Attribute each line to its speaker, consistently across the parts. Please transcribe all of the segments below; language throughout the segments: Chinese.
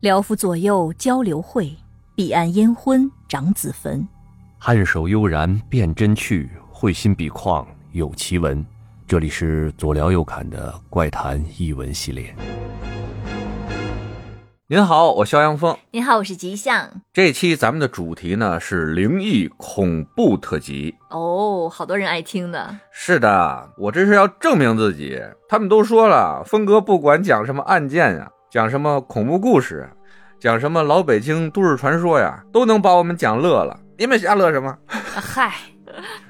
Speaker 1: 辽府左右交流会，彼岸烟婚长子坟。
Speaker 2: 颔首悠然辨真趣，会心笔况有奇文。这里是左聊右侃的怪谈译文系列。
Speaker 3: 您好，我肖阳峰。
Speaker 1: 您好，我是吉祥。
Speaker 3: 这期咱们的主题呢是灵异恐怖特辑。
Speaker 1: 哦，好多人爱听的。
Speaker 3: 是的，我这是要证明自己。他们都说了，峰哥不管讲什么案件呀、讲什么恐怖故事，讲什么老北京都市传说呀，都能把我们讲乐了。你们瞎乐什么？
Speaker 1: 啊嗨，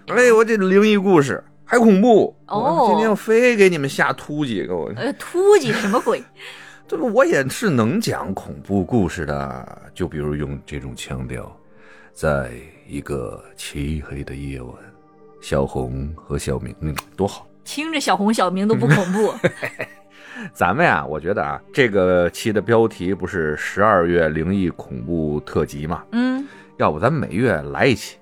Speaker 3: 哎，我这灵异故事还恐怖，
Speaker 1: 哦
Speaker 3: 我今天非给你们吓秃几个我。
Speaker 1: 呃，突叽什么鬼？
Speaker 3: 这不我也是能讲恐怖故事的，就比如用这种腔调，在一个漆黑的夜晚，小红和小明，嗯，多好。
Speaker 1: 听着小红小明都不恐怖。
Speaker 3: 咱们呀，我觉得啊，这个期的标题不是十二月灵异恐怖特辑嘛？
Speaker 1: 嗯
Speaker 3: 要不咱每月来一期？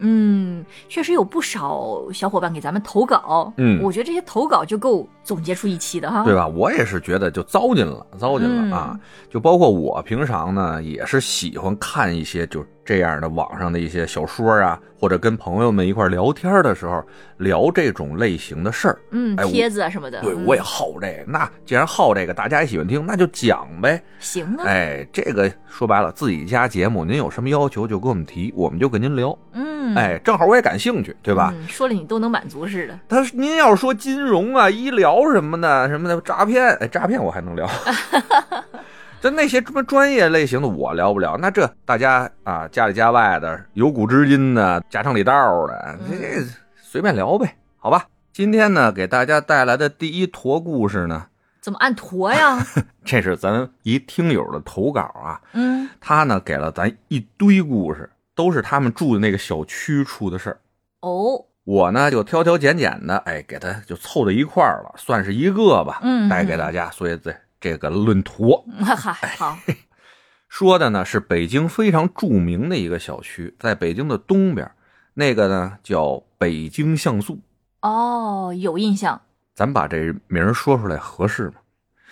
Speaker 1: 嗯，确实有不少小伙伴给咱们投稿。
Speaker 3: 嗯
Speaker 1: 我觉得这些投稿就够总结出一期的哈。
Speaker 3: 对吧？我也是觉得就糟践了，糟践
Speaker 1: 嗯
Speaker 3: 了啊！就包括我平常呢，也是喜欢看一些就这样的网上的一些小说啊，或者跟朋友们一块儿聊天的时候聊这种类型的事儿。
Speaker 1: 嗯，
Speaker 3: 哎我
Speaker 1: 帖子啊什么的。
Speaker 3: 对，
Speaker 1: 嗯
Speaker 3: 我也好这个。那既然好这个，大家也喜欢听，那就讲呗。
Speaker 1: 行啊。
Speaker 3: 哎，这个说白了，自己家节目，您有什么要求就给我们提，我们就跟您聊。
Speaker 1: 嗯，
Speaker 3: 哎，正好我也感兴趣，
Speaker 1: 对
Speaker 3: 对吧？
Speaker 1: 说了你都能满足似的。
Speaker 3: 但是您要是说金融啊、医疗什么的、什么的诈骗，哎，诈骗我还能聊。就那些什么专业类型的我聊不了，那这大家啊，家里家外的有古至今的、家长里道的，这这随便聊呗，好吧？今天呢，给大家带来的第一坨故事呢，
Speaker 1: 怎么按坨呀？
Speaker 3: 这是咱一听友的投稿啊，
Speaker 1: 嗯，
Speaker 3: 他呢给了咱一堆故事，都是他们住的那个小区出的事儿。
Speaker 1: 哦，
Speaker 3: 我呢就挑挑拣拣的，哎，给它就凑到一块儿了，算是一个吧，
Speaker 1: 嗯
Speaker 3: 带给大家。所以这这个论图
Speaker 1: 嗨， 好，
Speaker 3: 说的呢是北京非常著名的一个小区，在北京的东边，那个呢叫北京像素。
Speaker 1: 哦，有印象。
Speaker 3: 咱把这名儿说出来合适吗？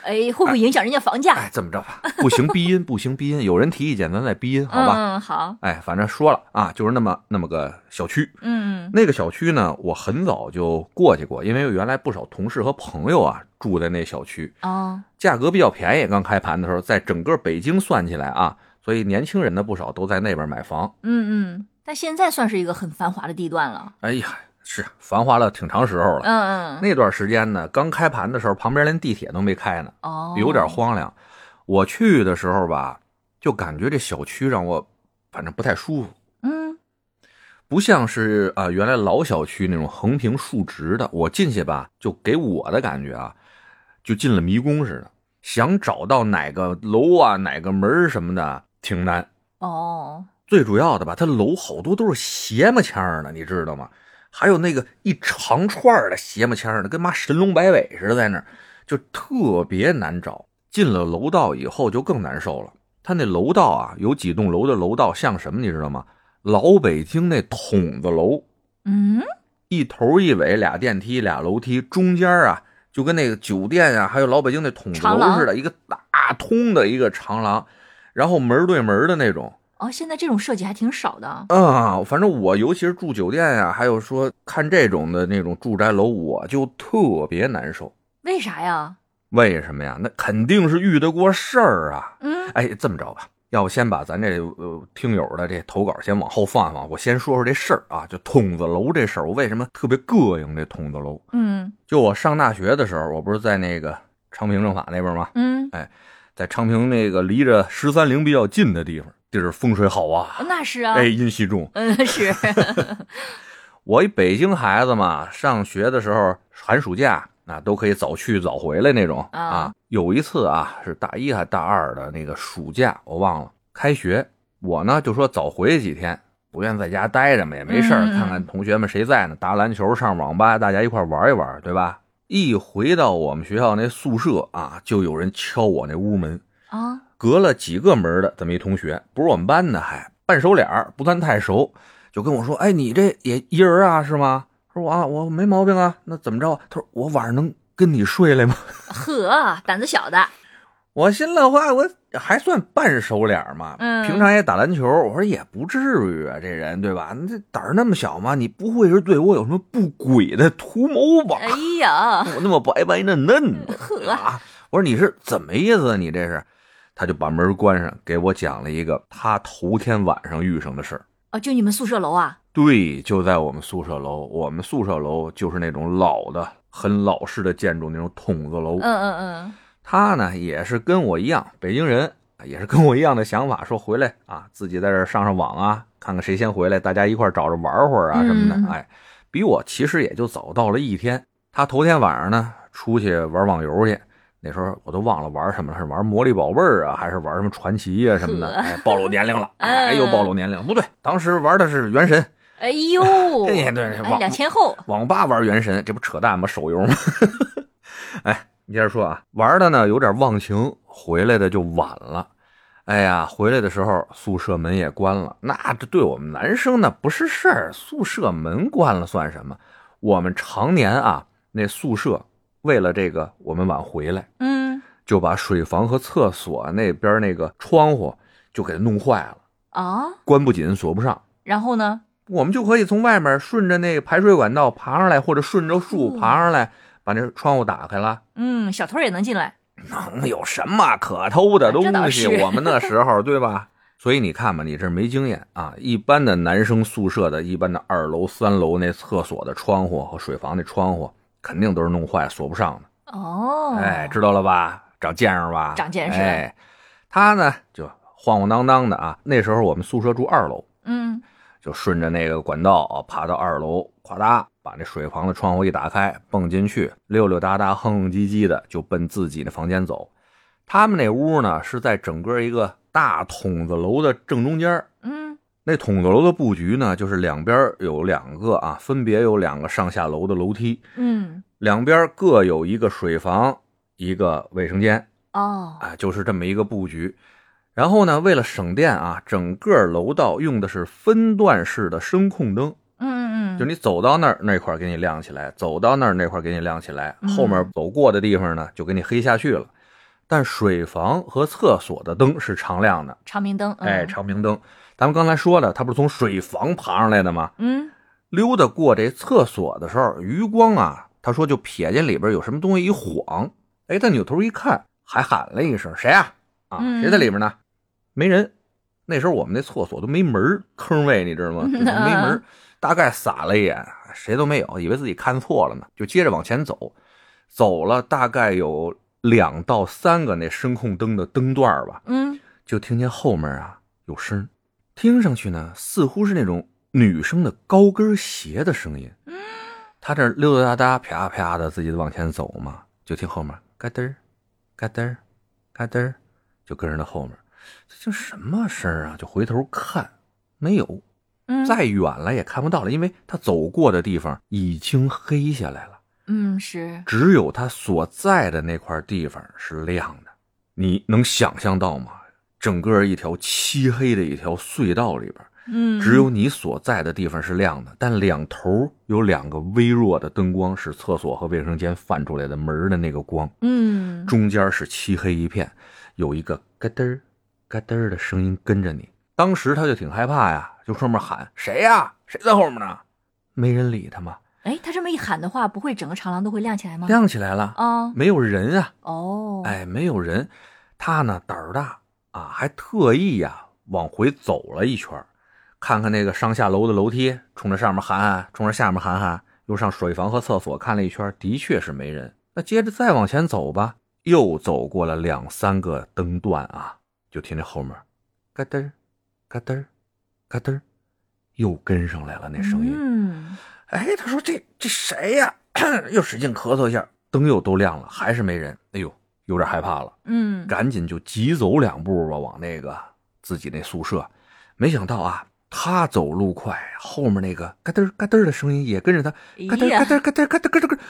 Speaker 1: 哎，会不会影响人家房价？
Speaker 3: 哎，这么着吧，不行逼音，不行逼音，有人提意见咱再逼音，好吧？
Speaker 1: 嗯，好，
Speaker 3: 哎，反正说了啊，就是那么那么个小区，
Speaker 1: 嗯
Speaker 3: 那个小区呢，我很早就过去过，因为原来不少同事和朋友啊住在那小区，
Speaker 1: 哦，
Speaker 3: 价格比较便宜。刚开盘的时候，在整个北京算起来啊，所以年轻人呢不少都在那边买房。
Speaker 1: 嗯嗯，但现在算是一个很繁华的地段了。
Speaker 3: 哎呀，是繁华了挺长时候了。
Speaker 1: 嗯嗯，
Speaker 3: 那段时间呢，刚开盘的时候，旁边连地铁都没开呢，
Speaker 1: 哦，
Speaker 3: 有点荒凉。我去的时候吧，就感觉这小区让我反正不太舒服。
Speaker 1: 嗯
Speaker 3: 不像是啊、呃原来老小区那种横平竖直的。我进去吧，就给我的感觉啊，就进了迷宫似的，想找到哪个楼啊、哪个门儿什么的挺难。
Speaker 1: 哦，
Speaker 3: 最主要的吧，它楼好多都是斜么签儿的，你知道吗？还有那个一长串儿的斜么签儿的，跟妈神龙摆尾似的，在那儿就特别难找。进了楼道以后就更难受了。它那楼道啊，有几栋楼的楼道像什么，你知道吗？老北京那筒子楼，
Speaker 1: 嗯，
Speaker 3: 一头一尾俩电梯俩楼梯，中间啊就跟那个酒店啊，还有老北京那筒子
Speaker 1: 长廊
Speaker 3: 楼似的，一个大通的一个长廊，然后门对门的那种。
Speaker 1: 哦，现在这种设计还挺少的。
Speaker 3: 啊，反正我尤其是住酒店呀、还有说看这种的那种住宅楼，我就特别难受。
Speaker 1: 为啥呀？
Speaker 3: 为什么呀？那肯定是遇到过事儿啊。
Speaker 1: 嗯
Speaker 3: 哎，这么着吧，要不先把咱这呃听友的这投稿先往后放一放，我先说说这事儿啊，就筒子楼这事儿，我为什么特别膈应这筒子楼？
Speaker 1: 嗯
Speaker 3: 就我上大学的时候，我不是在那个昌平政法那边吗？
Speaker 1: 嗯，
Speaker 3: 在昌平那个离着十三陵比较近的地方，地儿风水好啊，
Speaker 1: 那是啊。
Speaker 3: 哎，阴气重。
Speaker 1: 嗯，是，
Speaker 3: 我一北京孩子嘛，上学的时候寒暑假啊都可以早去早回来那种
Speaker 1: 啊
Speaker 3: 啊。有一次啊，是大一还大二的那个暑假，我忘了。开学，我呢就说早回去几天，不愿在家待着嘛，也没事儿，
Speaker 1: 嗯嗯嗯
Speaker 3: 看看同学们谁在呢，打篮球、上网吧，大家一块玩一玩，对吧？一回到我们学校那宿舍啊，就有人敲我那屋门，
Speaker 1: 啊，
Speaker 3: 隔了几个门的这么一同学，不是我们班的，还半熟脸儿不算太熟，就跟我说：“哎，你这也一人啊，是吗？”说我啊，我没毛病啊，那怎么着啊？他说我晚上能跟你睡来吗？
Speaker 1: 呵，胆子小的，
Speaker 3: 我心里话，我还算半熟脸儿嘛，
Speaker 4: 嗯
Speaker 3: 平常也打篮球。我说也不至于啊，这人对吧？你这胆儿那么小吗？你不会是对我有什么不轨的图谋吧？
Speaker 4: 哎呀，
Speaker 3: 我那么白白嫩嫩的啊！我说你是怎么意思啊？你这是？他就把门关上，给我讲了一个他头天晚上遇上的事儿。
Speaker 1: 哦，就你们宿舍楼啊？
Speaker 3: 对，就在我们宿舍楼。我们宿舍楼就是那种老的、很老式的建筑，那种筒子楼。
Speaker 4: 嗯嗯
Speaker 3: 他呢也是跟我一样，北京人，也是跟我一样的想法，说回来啊，自己在这儿上上网啊，看看谁先回来，大家一块儿找着玩会儿啊什么的。
Speaker 4: 嗯
Speaker 3: 哎，比我其实也就早到了一天。他头天晚上呢出去玩网游去，那时候我都忘了玩什么了，是玩魔力宝贝儿啊，还是玩什么传奇啊什么的？
Speaker 4: 呵
Speaker 3: 哎，暴露年 龄了，哎，又暴露年龄了。不对，当时玩的是原神，
Speaker 4: 嗯，哎 呦，
Speaker 3: 对对，
Speaker 4: 哎，
Speaker 3: 网
Speaker 4: 两前后，
Speaker 3: 网吧玩原神，这不扯淡吗？手游吗？ 哎，你接着说啊，玩的呢有点忘情，回来的就晚了。哎呀，回来的时候宿舍门也关了，那这对我们男生那不是事儿，宿舍门关了算什么？我们常年啊，那宿舍为了这个我们晚回来，
Speaker 4: 嗯，
Speaker 3: 就把水房和厕所那边那个窗户就给弄坏了，
Speaker 1: 哦
Speaker 4: 啊，
Speaker 3: 关不紧，锁不上。
Speaker 4: 然后呢？
Speaker 3: 我们就可以从外面顺着那个排水管道爬上来，或者顺着树爬上来，把那窗户打开了。
Speaker 4: 嗯，小偷也能进来，
Speaker 3: 能有什么可偷的
Speaker 4: 这倒
Speaker 3: 东西？
Speaker 4: 是
Speaker 3: 我们那时候对吧？所以你看吧，你这没经验啊！一般的男生宿舍的一般的二楼、三楼那厕所的窗户和水房的窗户，肯定都是弄坏锁不上的。
Speaker 4: 哦，
Speaker 3: 哎，知道了吧？长见识吧？
Speaker 4: 长见识
Speaker 3: 哎，他呢就晃晃荡荡的啊。那时候我们宿舍住二楼，
Speaker 4: 嗯，
Speaker 3: 就顺着那个管道啊，爬到二楼，咵嗒把那水房的窗户一打开，蹦进去，溜溜达达、哼哼唧唧的就奔自己的房间走。他们那屋呢是在整个一个大筒子楼的正中间儿
Speaker 4: 嗯，
Speaker 3: 那筒子楼的布局呢，就是两边儿有两个啊，分别有两个上下楼的楼梯，
Speaker 4: 嗯，
Speaker 3: 两边儿各有一个水房、一个卫生间，
Speaker 4: 哦，
Speaker 3: 啊，就是这么一个布局。然后呢，为了省电啊，整个楼道用的是分段式的声控灯，
Speaker 4: 嗯嗯嗯，
Speaker 3: 就你走到那儿那块儿给你亮起来，走到那儿那块儿给你亮起来，后面走过的地方呢就给你黑下去了。但水房和厕所的灯是常亮的，
Speaker 4: 长明灯，嗯
Speaker 3: 哎，长明灯。咱们刚才说了，它不是从水房爬上来的吗？
Speaker 4: 嗯，
Speaker 3: 溜达过这厕所的时候，余光啊，他说就瞥见里边有什么东西一晃，哎，他扭头一看，还喊了一声：“谁啊？啊，
Speaker 4: 嗯
Speaker 3: 谁在里边呢？”没人。那时候我们那厕所都没门儿坑位，你知道吗？
Speaker 4: 嗯
Speaker 3: 就是没门儿
Speaker 4: 啊，
Speaker 3: 大概撒了一眼，谁都没有，以为自己看错了呢，就接着往前走，走了大概有两到三个那声控灯的灯段儿吧，
Speaker 4: 嗯，
Speaker 3: 就听见后面啊有声儿，听上去呢似乎是那种女生的高跟鞋的声音。他这溜溜达达、啪啪的自己往前走嘛，就听后面嘎噔儿、嘎噔儿、嘎噔儿，就跟着他后面。这叫什么声儿啊？就回头看，没有，
Speaker 4: 嗯，
Speaker 3: 再远了也看不到了，因为他走过的地方已经黑下来了。
Speaker 4: 嗯是，
Speaker 3: 只有他所在的那块地方是亮的。你能想象到吗？整个一条漆黑的一条隧道里边，
Speaker 4: 嗯，
Speaker 3: 只有你所在的地方是亮的，但两头有两个微弱的灯光，是厕所和卫生间泛出来的门儿的那个光，
Speaker 4: 嗯，
Speaker 3: 中间是漆黑一片，有一个咯噔儿、咯噔儿的声音跟着你。当时他就挺害怕呀，就上面喊：“谁呀、谁在后面呢？”没人理他嘛，
Speaker 4: 哎，他这么一喊的话，不会整个长廊都会亮起来吗？
Speaker 3: 亮起来了，
Speaker 4: 啊，
Speaker 3: 没有人啊。
Speaker 4: 哦，，
Speaker 3: 哎，没有人，他呢胆儿大啊，还特意呀、往回走了一圈儿，看看那个上下楼的楼梯，冲着上面喊喊，冲着下面喊喊，又上水房和厕所看了一圈儿，的确是没人。那接着再往前走吧，又走过了两三个灯段啊，就听这后面嘎噔儿、嘎噔儿、嘎噔儿，又跟上来了那声音。
Speaker 4: 嗯，
Speaker 3: 哎，他说这这谁呀、 又使劲咳嗽一下，灯又都亮了，还是没人。哎呦，有点害怕了，
Speaker 4: 嗯，
Speaker 3: 赶紧就急走两步吧，往那个自己那宿舍。没想到啊，他走路快，后面那个嘎噔儿嘎噔儿的声音也跟着他，嘎
Speaker 4: 哎
Speaker 3: 噔
Speaker 4: 呀
Speaker 3: 儿嘎噔儿嘎噔儿嘎噔儿嘎噔儿嘎噔儿。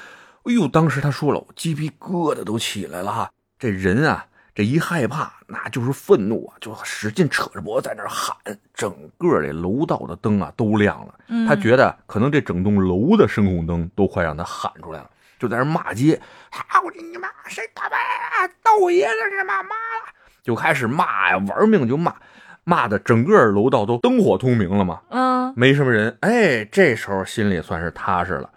Speaker 3: 哎呦，当时他说了，我鸡皮疙瘩都起来了哈。这人啊，这一害怕，那就是愤怒啊，就使劲扯着脖子在那儿喊。整个这楼道的灯啊都亮了，
Speaker 4: 嗯
Speaker 3: 他觉得可能这整栋楼的声控灯都快让他喊出来了，就在那儿骂街，啊，我你妈谁他妈逗爷爷是吗？妈了！就开始骂呀，玩命就骂，骂的整个楼道都灯火通明了嘛，
Speaker 4: 嗯
Speaker 3: 没什么人。哎，这时候心里算是踏实了，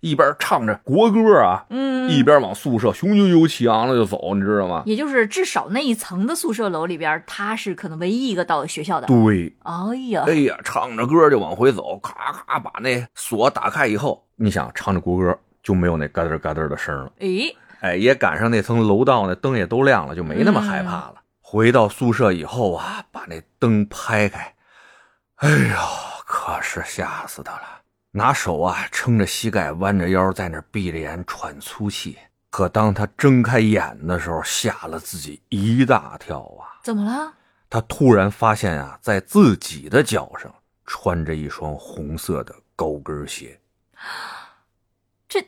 Speaker 3: 一边唱着国歌啊，
Speaker 4: 嗯，
Speaker 3: 一边往宿舍雄赳赳气昂的就走，你知道吗？
Speaker 4: 也就是至少那一层的宿舍楼里边儿，他是可能唯一一个到学校的。
Speaker 3: 对，
Speaker 4: 哎呀，
Speaker 3: 哎呀，唱着歌就往回走，咔咔把那锁打开以后，你想唱着国歌就没有那嘎噔嘎噔的声了。
Speaker 4: 哎，
Speaker 3: 哎，也赶上那层楼道那灯也都亮了，就没那么
Speaker 4: 嗯
Speaker 3: 害怕了。回到宿舍以后啊，把那灯拍开，哎呦，可是吓死他了！拿手啊撑着膝盖，弯着腰，在那儿闭着眼喘粗气。可当他睁开眼的时候，吓了自己一大跳啊！
Speaker 4: 怎么了？
Speaker 3: 他突然发现啊，在自己的脚上穿着一双红色的高跟鞋，
Speaker 4: 这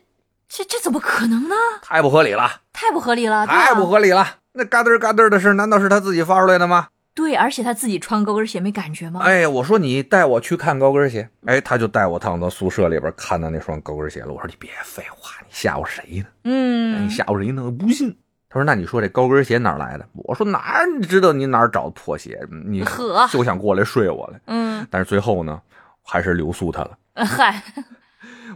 Speaker 4: 这这怎么可能呢？
Speaker 3: 太不合理了，
Speaker 4: 太不合理了，对啊
Speaker 3: 太不合理了！那嘎噔嘎噔的声，难道是他自己发出来的吗？
Speaker 4: 对，而且他自己穿高跟鞋没感觉吗？
Speaker 3: 哎，我说你带我去看高跟鞋，哎，他就带我趟到宿舍里边看到那双高跟鞋了。我说你别废话，你吓唬谁呢？
Speaker 4: 嗯
Speaker 3: 你，吓唬谁呢？我不信。他说：“那你说这高跟鞋哪儿来的？”我说：“哪儿你知道你哪儿找的破鞋？你
Speaker 4: 呵
Speaker 3: 就想过来睡我了。
Speaker 4: 嗯，”呃
Speaker 3: 但是最后呢，还是留宿他了。
Speaker 4: 嗨，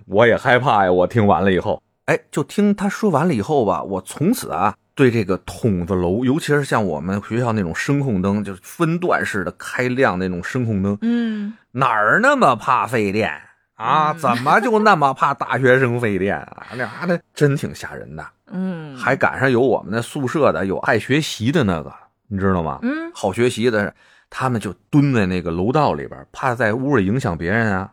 Speaker 3: 我也害怕呀。我听完了以后，哎，就听他说完了以后吧，我从此啊，对这个筒子楼，尤其是像我们学校那种声控灯，就是分段式的开亮那种声控灯，
Speaker 4: 嗯，
Speaker 3: 哪儿那么怕费电啊？
Speaker 4: 嗯
Speaker 3: 怎么就那么怕大学生费电啊？ 那啥的，真挺吓人的。
Speaker 4: 嗯，
Speaker 3: 还赶上有我们的宿舍的有爱学习的那个，你知道吗？
Speaker 4: 嗯
Speaker 3: 好学习的，他们就蹲在那个楼道里边，怕在屋里影响别人啊，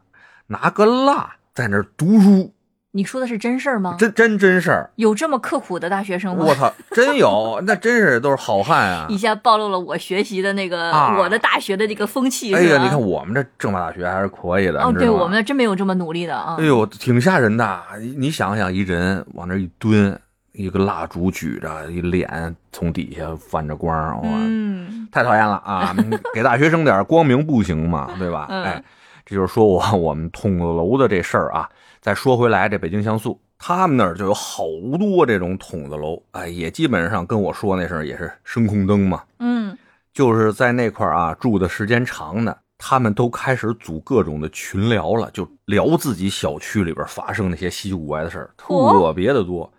Speaker 3: 拿个蜡在那儿读书，
Speaker 4: 你说的是真事儿吗？
Speaker 3: 真真真事儿。
Speaker 4: 有这么刻苦的大学生吗？
Speaker 3: 我操，真有，那真是都是好汉啊
Speaker 4: 嗯 一！下暴露了我学习的那个、
Speaker 3: 啊
Speaker 4: 我的大学的这个风气。
Speaker 3: 哎
Speaker 4: 是吧
Speaker 3: 呀，你看我们这政法大学还是可以的，
Speaker 4: 哦，
Speaker 3: 你知
Speaker 4: 对
Speaker 3: 道吗？
Speaker 4: 我们真没有这么努力的啊。
Speaker 3: 哎呦，挺吓人的。你你想想，一人往那一蹲，一个蜡烛举着，一脸从底下泛着光，哇，
Speaker 4: 嗯
Speaker 3: 太讨厌了 啊！给大学生点光明不行吗？对吧？
Speaker 4: 嗯
Speaker 3: 哎，这就是说我 我们筒子楼的这事儿啊。再说回来，这北京像素，他们那儿就有好多这种筒子楼，哎，也基本上跟我说那事儿也是声控灯嘛，
Speaker 4: 嗯，
Speaker 3: 就是在那块儿啊住的时间长的，他们都开始组各种的群聊了，就聊自己小区里边发生那些稀奇古怪的事儿，特
Speaker 4: 哦
Speaker 3: 别的多，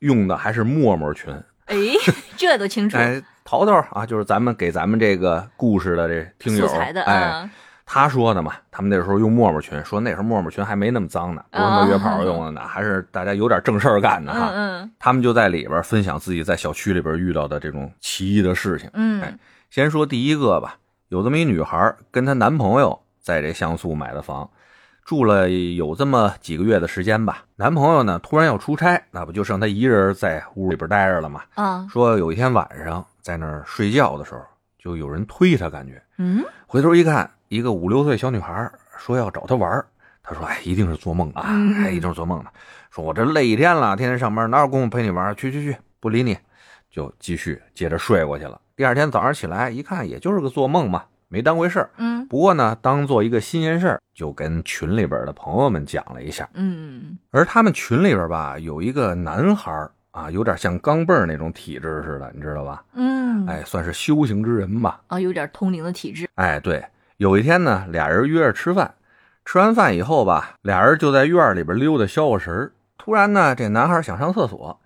Speaker 3: 用的还是陌陌群。
Speaker 4: 哎， 这都清楚。
Speaker 3: 哎，淘淘啊，就是咱们给咱们这个故事的这听友，
Speaker 4: 素材的
Speaker 3: 哎，
Speaker 4: 啊，
Speaker 3: 他说的嘛，他们那时候用陌陌群，说那时候陌陌群还没那么脏呢，不是什么约炮用的呢，还是大家有点正事儿干的哈。
Speaker 4: 哦嗯
Speaker 3: 他们就在里边分享自己在小区里边遇到的这种奇异的事情。
Speaker 4: 嗯
Speaker 3: 哎
Speaker 4: 嗯
Speaker 3: 先说第一个吧，有这么一女孩跟她男朋友在这像素买的房，住了有这么几个月的时间吧。男朋友呢突然要出差，那不就剩她一人在屋里边待着了吗？
Speaker 4: 啊
Speaker 3: 说有一天晚上在那儿睡觉的时候，就有人推她，感觉
Speaker 4: 嗯，
Speaker 3: 回头一看，一个五六岁小女孩说要找她玩儿。她说：“哎，一定是做梦啊，
Speaker 4: 嗯
Speaker 3: 哎，一定是做梦了。说我这累一天了，天天上班，哪有功夫陪你玩儿？去去去，不理你，就继续接着睡过去了。第二天早上起来一看，也就是个做梦嘛，没当回事儿。
Speaker 4: 嗯
Speaker 3: 不过呢，当做一个新鲜事儿，就跟群里边的朋友们讲了一下。
Speaker 4: 嗯
Speaker 3: 而他们群里边吧，有一个男孩儿啊，有点像钢镚儿那种体质似的，你知道吧？
Speaker 4: 嗯，
Speaker 3: 哎，算是修行之人吧。
Speaker 4: 啊，有点通灵的体质。
Speaker 3: 哎，对，有一天呢，俩人约着吃饭，吃完饭以后吧，俩人就在院儿里边溜达消消神儿。突然呢，这男孩想上厕所，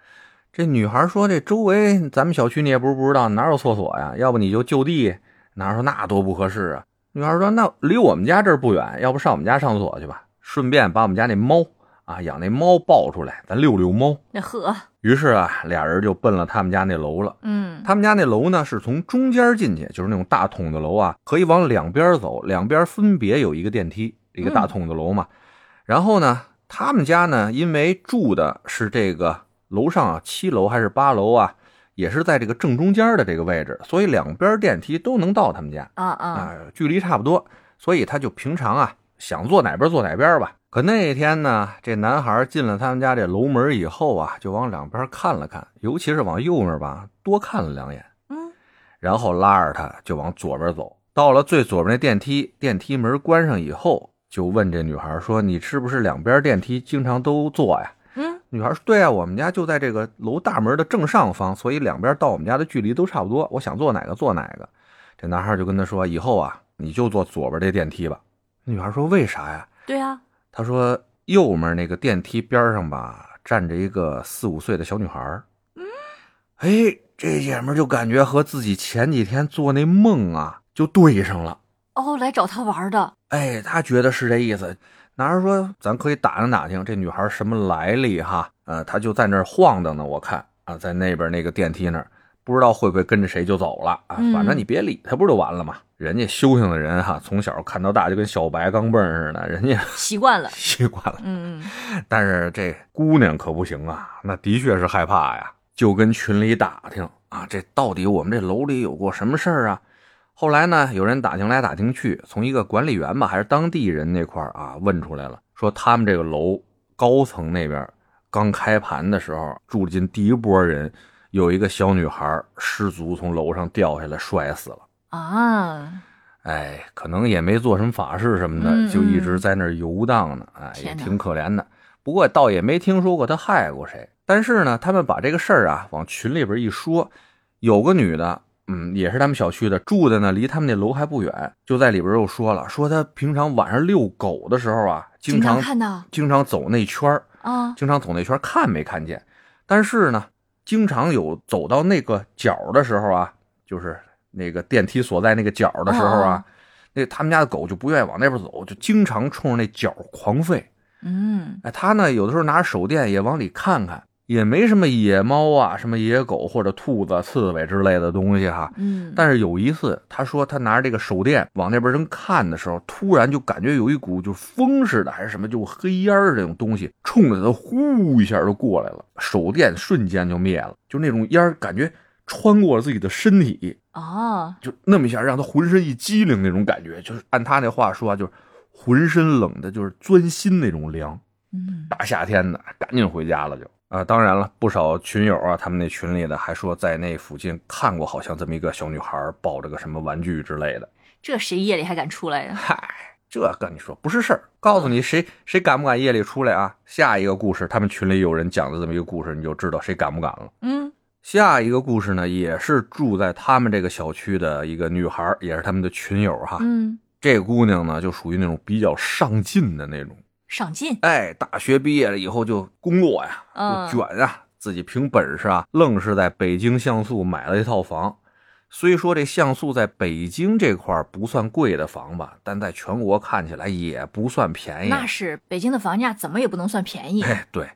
Speaker 3: 这女孩说：“这周围咱们小区你也不是不知道，哪有厕所呀？要不你就就地。”男孩说：“那多不合适啊。”女孩说：“那离我们家这儿不远，要不上我们家上厕所去吧，顺便把我们家那猫啊养那猫抱出来，咱遛遛猫。
Speaker 4: 那呵，”
Speaker 3: 于是啊，俩人就奔了他们家那楼了。
Speaker 4: 嗯
Speaker 3: 他们家那楼呢是从中间进去，就是那种大筒子楼啊，可以往两边走，两边分别有一个电梯，一个大筒子楼嘛。然后呢，他们家呢因为住的是这个楼上啊，七楼还是八楼啊，也是在这个正中间的这个位置，所以两边电梯都能到他们家
Speaker 4: 啊啊，
Speaker 3: 啊、距离差不多，所以他就平常啊想坐哪边坐哪边吧。可那天呢，这男孩进了他们家这楼门以后啊，就往两边看了看，尤其是往右面吧，多看了两眼。
Speaker 4: 嗯
Speaker 3: 然后拉着她就往左边走。到了最左边那电梯，电梯门关上以后，就问这女孩说：“你是不是两边电梯经常都坐呀
Speaker 4: 嗯，？”
Speaker 3: 女孩说：“对啊，我们家就在这个楼大门的正上方，所以两边到我们家的距离都差不多。我想坐哪个坐哪个。”这男孩就跟她说：“以后啊，你就坐左边这电梯吧。”女孩说：“为啥呀
Speaker 4: 对啊，？”
Speaker 3: 她说：“右面那个电梯边上吧，站着一个四五岁的小女孩。”嗯，哎，这姐们儿就感觉和自己前几天做那梦啊就对上了。
Speaker 4: 哦，来找他玩的，
Speaker 3: 哎，他觉得是这意思。男孩说：“咱可以打听打听这女孩什么来历哈。”呃，他就在那儿晃荡呢，我看啊，在那边那个电梯那儿，不知道会不会跟着谁就走了啊。
Speaker 4: 嗯
Speaker 3: 反正你别理他，不就完了吗？人家修行的人哈，从小看到大就跟小白钢镚似的，人家
Speaker 4: 习惯了。
Speaker 3: 习惯 了。
Speaker 4: 嗯，
Speaker 3: 但是这姑娘可不行啊，那的确是害怕呀，就跟群里打听啊，这到底我们这楼里有过什么事儿啊？后来呢，有人打听来打听去，从一个管理员吧，还是当地人那块儿啊，问出来了，说他们这个楼高层那边刚开盘的时候住进第一波人，有一个小女孩失足从楼上掉下来摔死了。
Speaker 4: 嗯啊，
Speaker 3: 哎，可能也没做什么法事什么的，
Speaker 4: 嗯
Speaker 3: 就一直在那儿游荡呢，哎，也
Speaker 4: 天哪
Speaker 3: 挺可怜的。不过倒也没听说过他害过谁。但是呢，他们把这个事儿啊往群里边一说，有个女的，嗯，也是他们小区的，住的呢离他们那楼还不远，就在里边又说了，说她平常晚上遛狗的时候啊，经
Speaker 4: 经
Speaker 3: 常
Speaker 4: 常看到
Speaker 3: 经常走那圈儿，
Speaker 4: 啊，
Speaker 3: 经常走那圈儿看没看见，但是呢，经常有走到那个角儿的时候啊，就是那个电梯所在那个角儿的时候啊，那他们家的狗就不愿意往那边走，就经常冲着那角儿狂吠。
Speaker 4: 嗯，
Speaker 3: 哎，他呢有的时候拿着手电也往里看看，也没什么野猫啊、什么野狗或者兔子、刺猬之类的东西哈。
Speaker 4: 嗯，
Speaker 3: 但是有一次，他说他拿着这个手电往那边正看的时候，突然就感觉有一股就风似的还是什么，就黑烟儿这种东西冲着他呼一下就过来了，手电瞬间就灭了，就那种烟儿感觉穿过了自己的身体，
Speaker 4: 哦，
Speaker 3: 就那么一下让他浑身一激灵那种感觉，就是按他那话说啊，就是浑身冷的，就是钻心那种凉。
Speaker 4: 嗯，
Speaker 3: 大夏天的，赶紧回家了就。啊，当然了，不少群友啊，他们那群里的还说在那附近看过，好像这么一个小女孩抱着个什么玩具之类的。
Speaker 4: 这谁夜里还敢出来呀？
Speaker 3: 嗨，这跟你说不是事儿。告诉你谁谁敢不敢夜里出来啊？下一个故事，他们群里有人讲的这么一个故事，你就知道谁敢不敢了。
Speaker 4: 嗯，
Speaker 3: 下一个故事呢，也是住在他们这个小区的一个女孩，也是他们的群友哈。
Speaker 4: 嗯，
Speaker 3: 这个姑娘呢，就属于那种比较上进的那种，
Speaker 4: 上进，
Speaker 3: 哎，大学毕业了以后就工作呀，
Speaker 4: 嗯
Speaker 3: 就卷啊，自己凭本事啊，愣是在北京像素买了一套房。虽说这像素在北京这块儿不算贵的房吧，但在全国看起来也不算便宜。
Speaker 4: 那是北京的房价怎么也不能算便宜。
Speaker 3: 哎，对，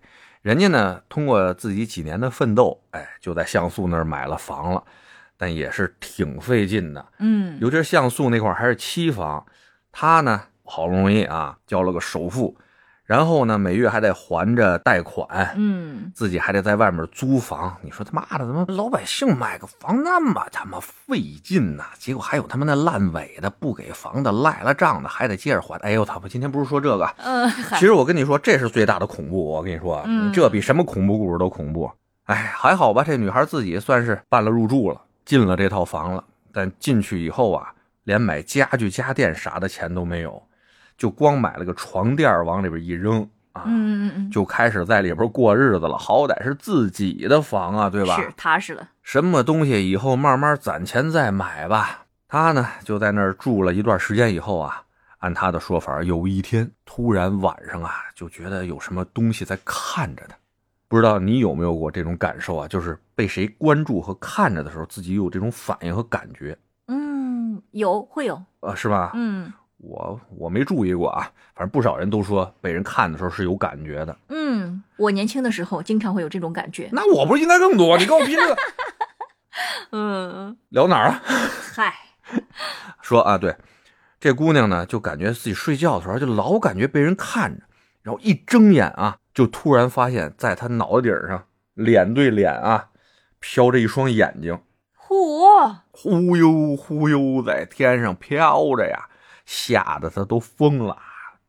Speaker 3: 人家呢通过自己几年的奋斗，哎，就在像素那儿买了房了，但也是挺费劲的。
Speaker 4: 嗯，
Speaker 3: 尤其是像素那块儿还是期房，他呢好不容易啊交了个首付，然后呢每月还得还着贷款，
Speaker 4: 嗯，
Speaker 3: 自己还得在外面租房。你说他妈的，怎么老百姓买个房那么他妈费劲呐、结果还有他妈那烂尾的不给房的赖了账的，还得接着还。哎呦，我操！我今天不是说这个，
Speaker 4: 呃，嗨
Speaker 3: 其实我跟你说，这是最大的恐怖。我跟你说，
Speaker 4: 嗯
Speaker 3: 这比什么恐怖故事都恐怖。哎，还好吧，这女孩自己算是办了入住了，进了这套房了。但进去以后啊，连买家具、家电啥的钱都没有，就光买了个床垫儿往里边一扔啊，
Speaker 4: 嗯嗯嗯，
Speaker 3: 就开始在里边过日子了。好歹是自己的房啊，对吧？
Speaker 4: 是踏实了。
Speaker 3: 什么东西以后慢慢攒钱再买吧。他呢就在那儿住了一段时间以后啊，按他的说法，有一天突然晚上啊，就觉得有什么东西在看着他。不知道你有没有过这种感受啊？就是被谁关注和看着的时候，自己有这种反应和感觉，
Speaker 4: 嗯，有会有，
Speaker 3: 呃，是吧？
Speaker 4: 嗯
Speaker 3: 我我没注意过啊，反正不少人都说被人看的时候是有感觉的。
Speaker 4: 嗯，我年轻的时候经常会有这种感觉。
Speaker 3: 那我不是应该更多？你跟我拼这个
Speaker 4: 嗯，
Speaker 3: 聊哪儿啊？
Speaker 4: 嗨，
Speaker 3: 说啊，对，这姑娘呢就感觉自己睡觉的时候就老感觉被人看着，然后一睁眼啊，就突然发现在她脑袋顶上脸对脸啊飘着一双眼睛，
Speaker 4: 嚯，
Speaker 3: 忽悠忽悠在天上飘着呀，吓得她都疯了，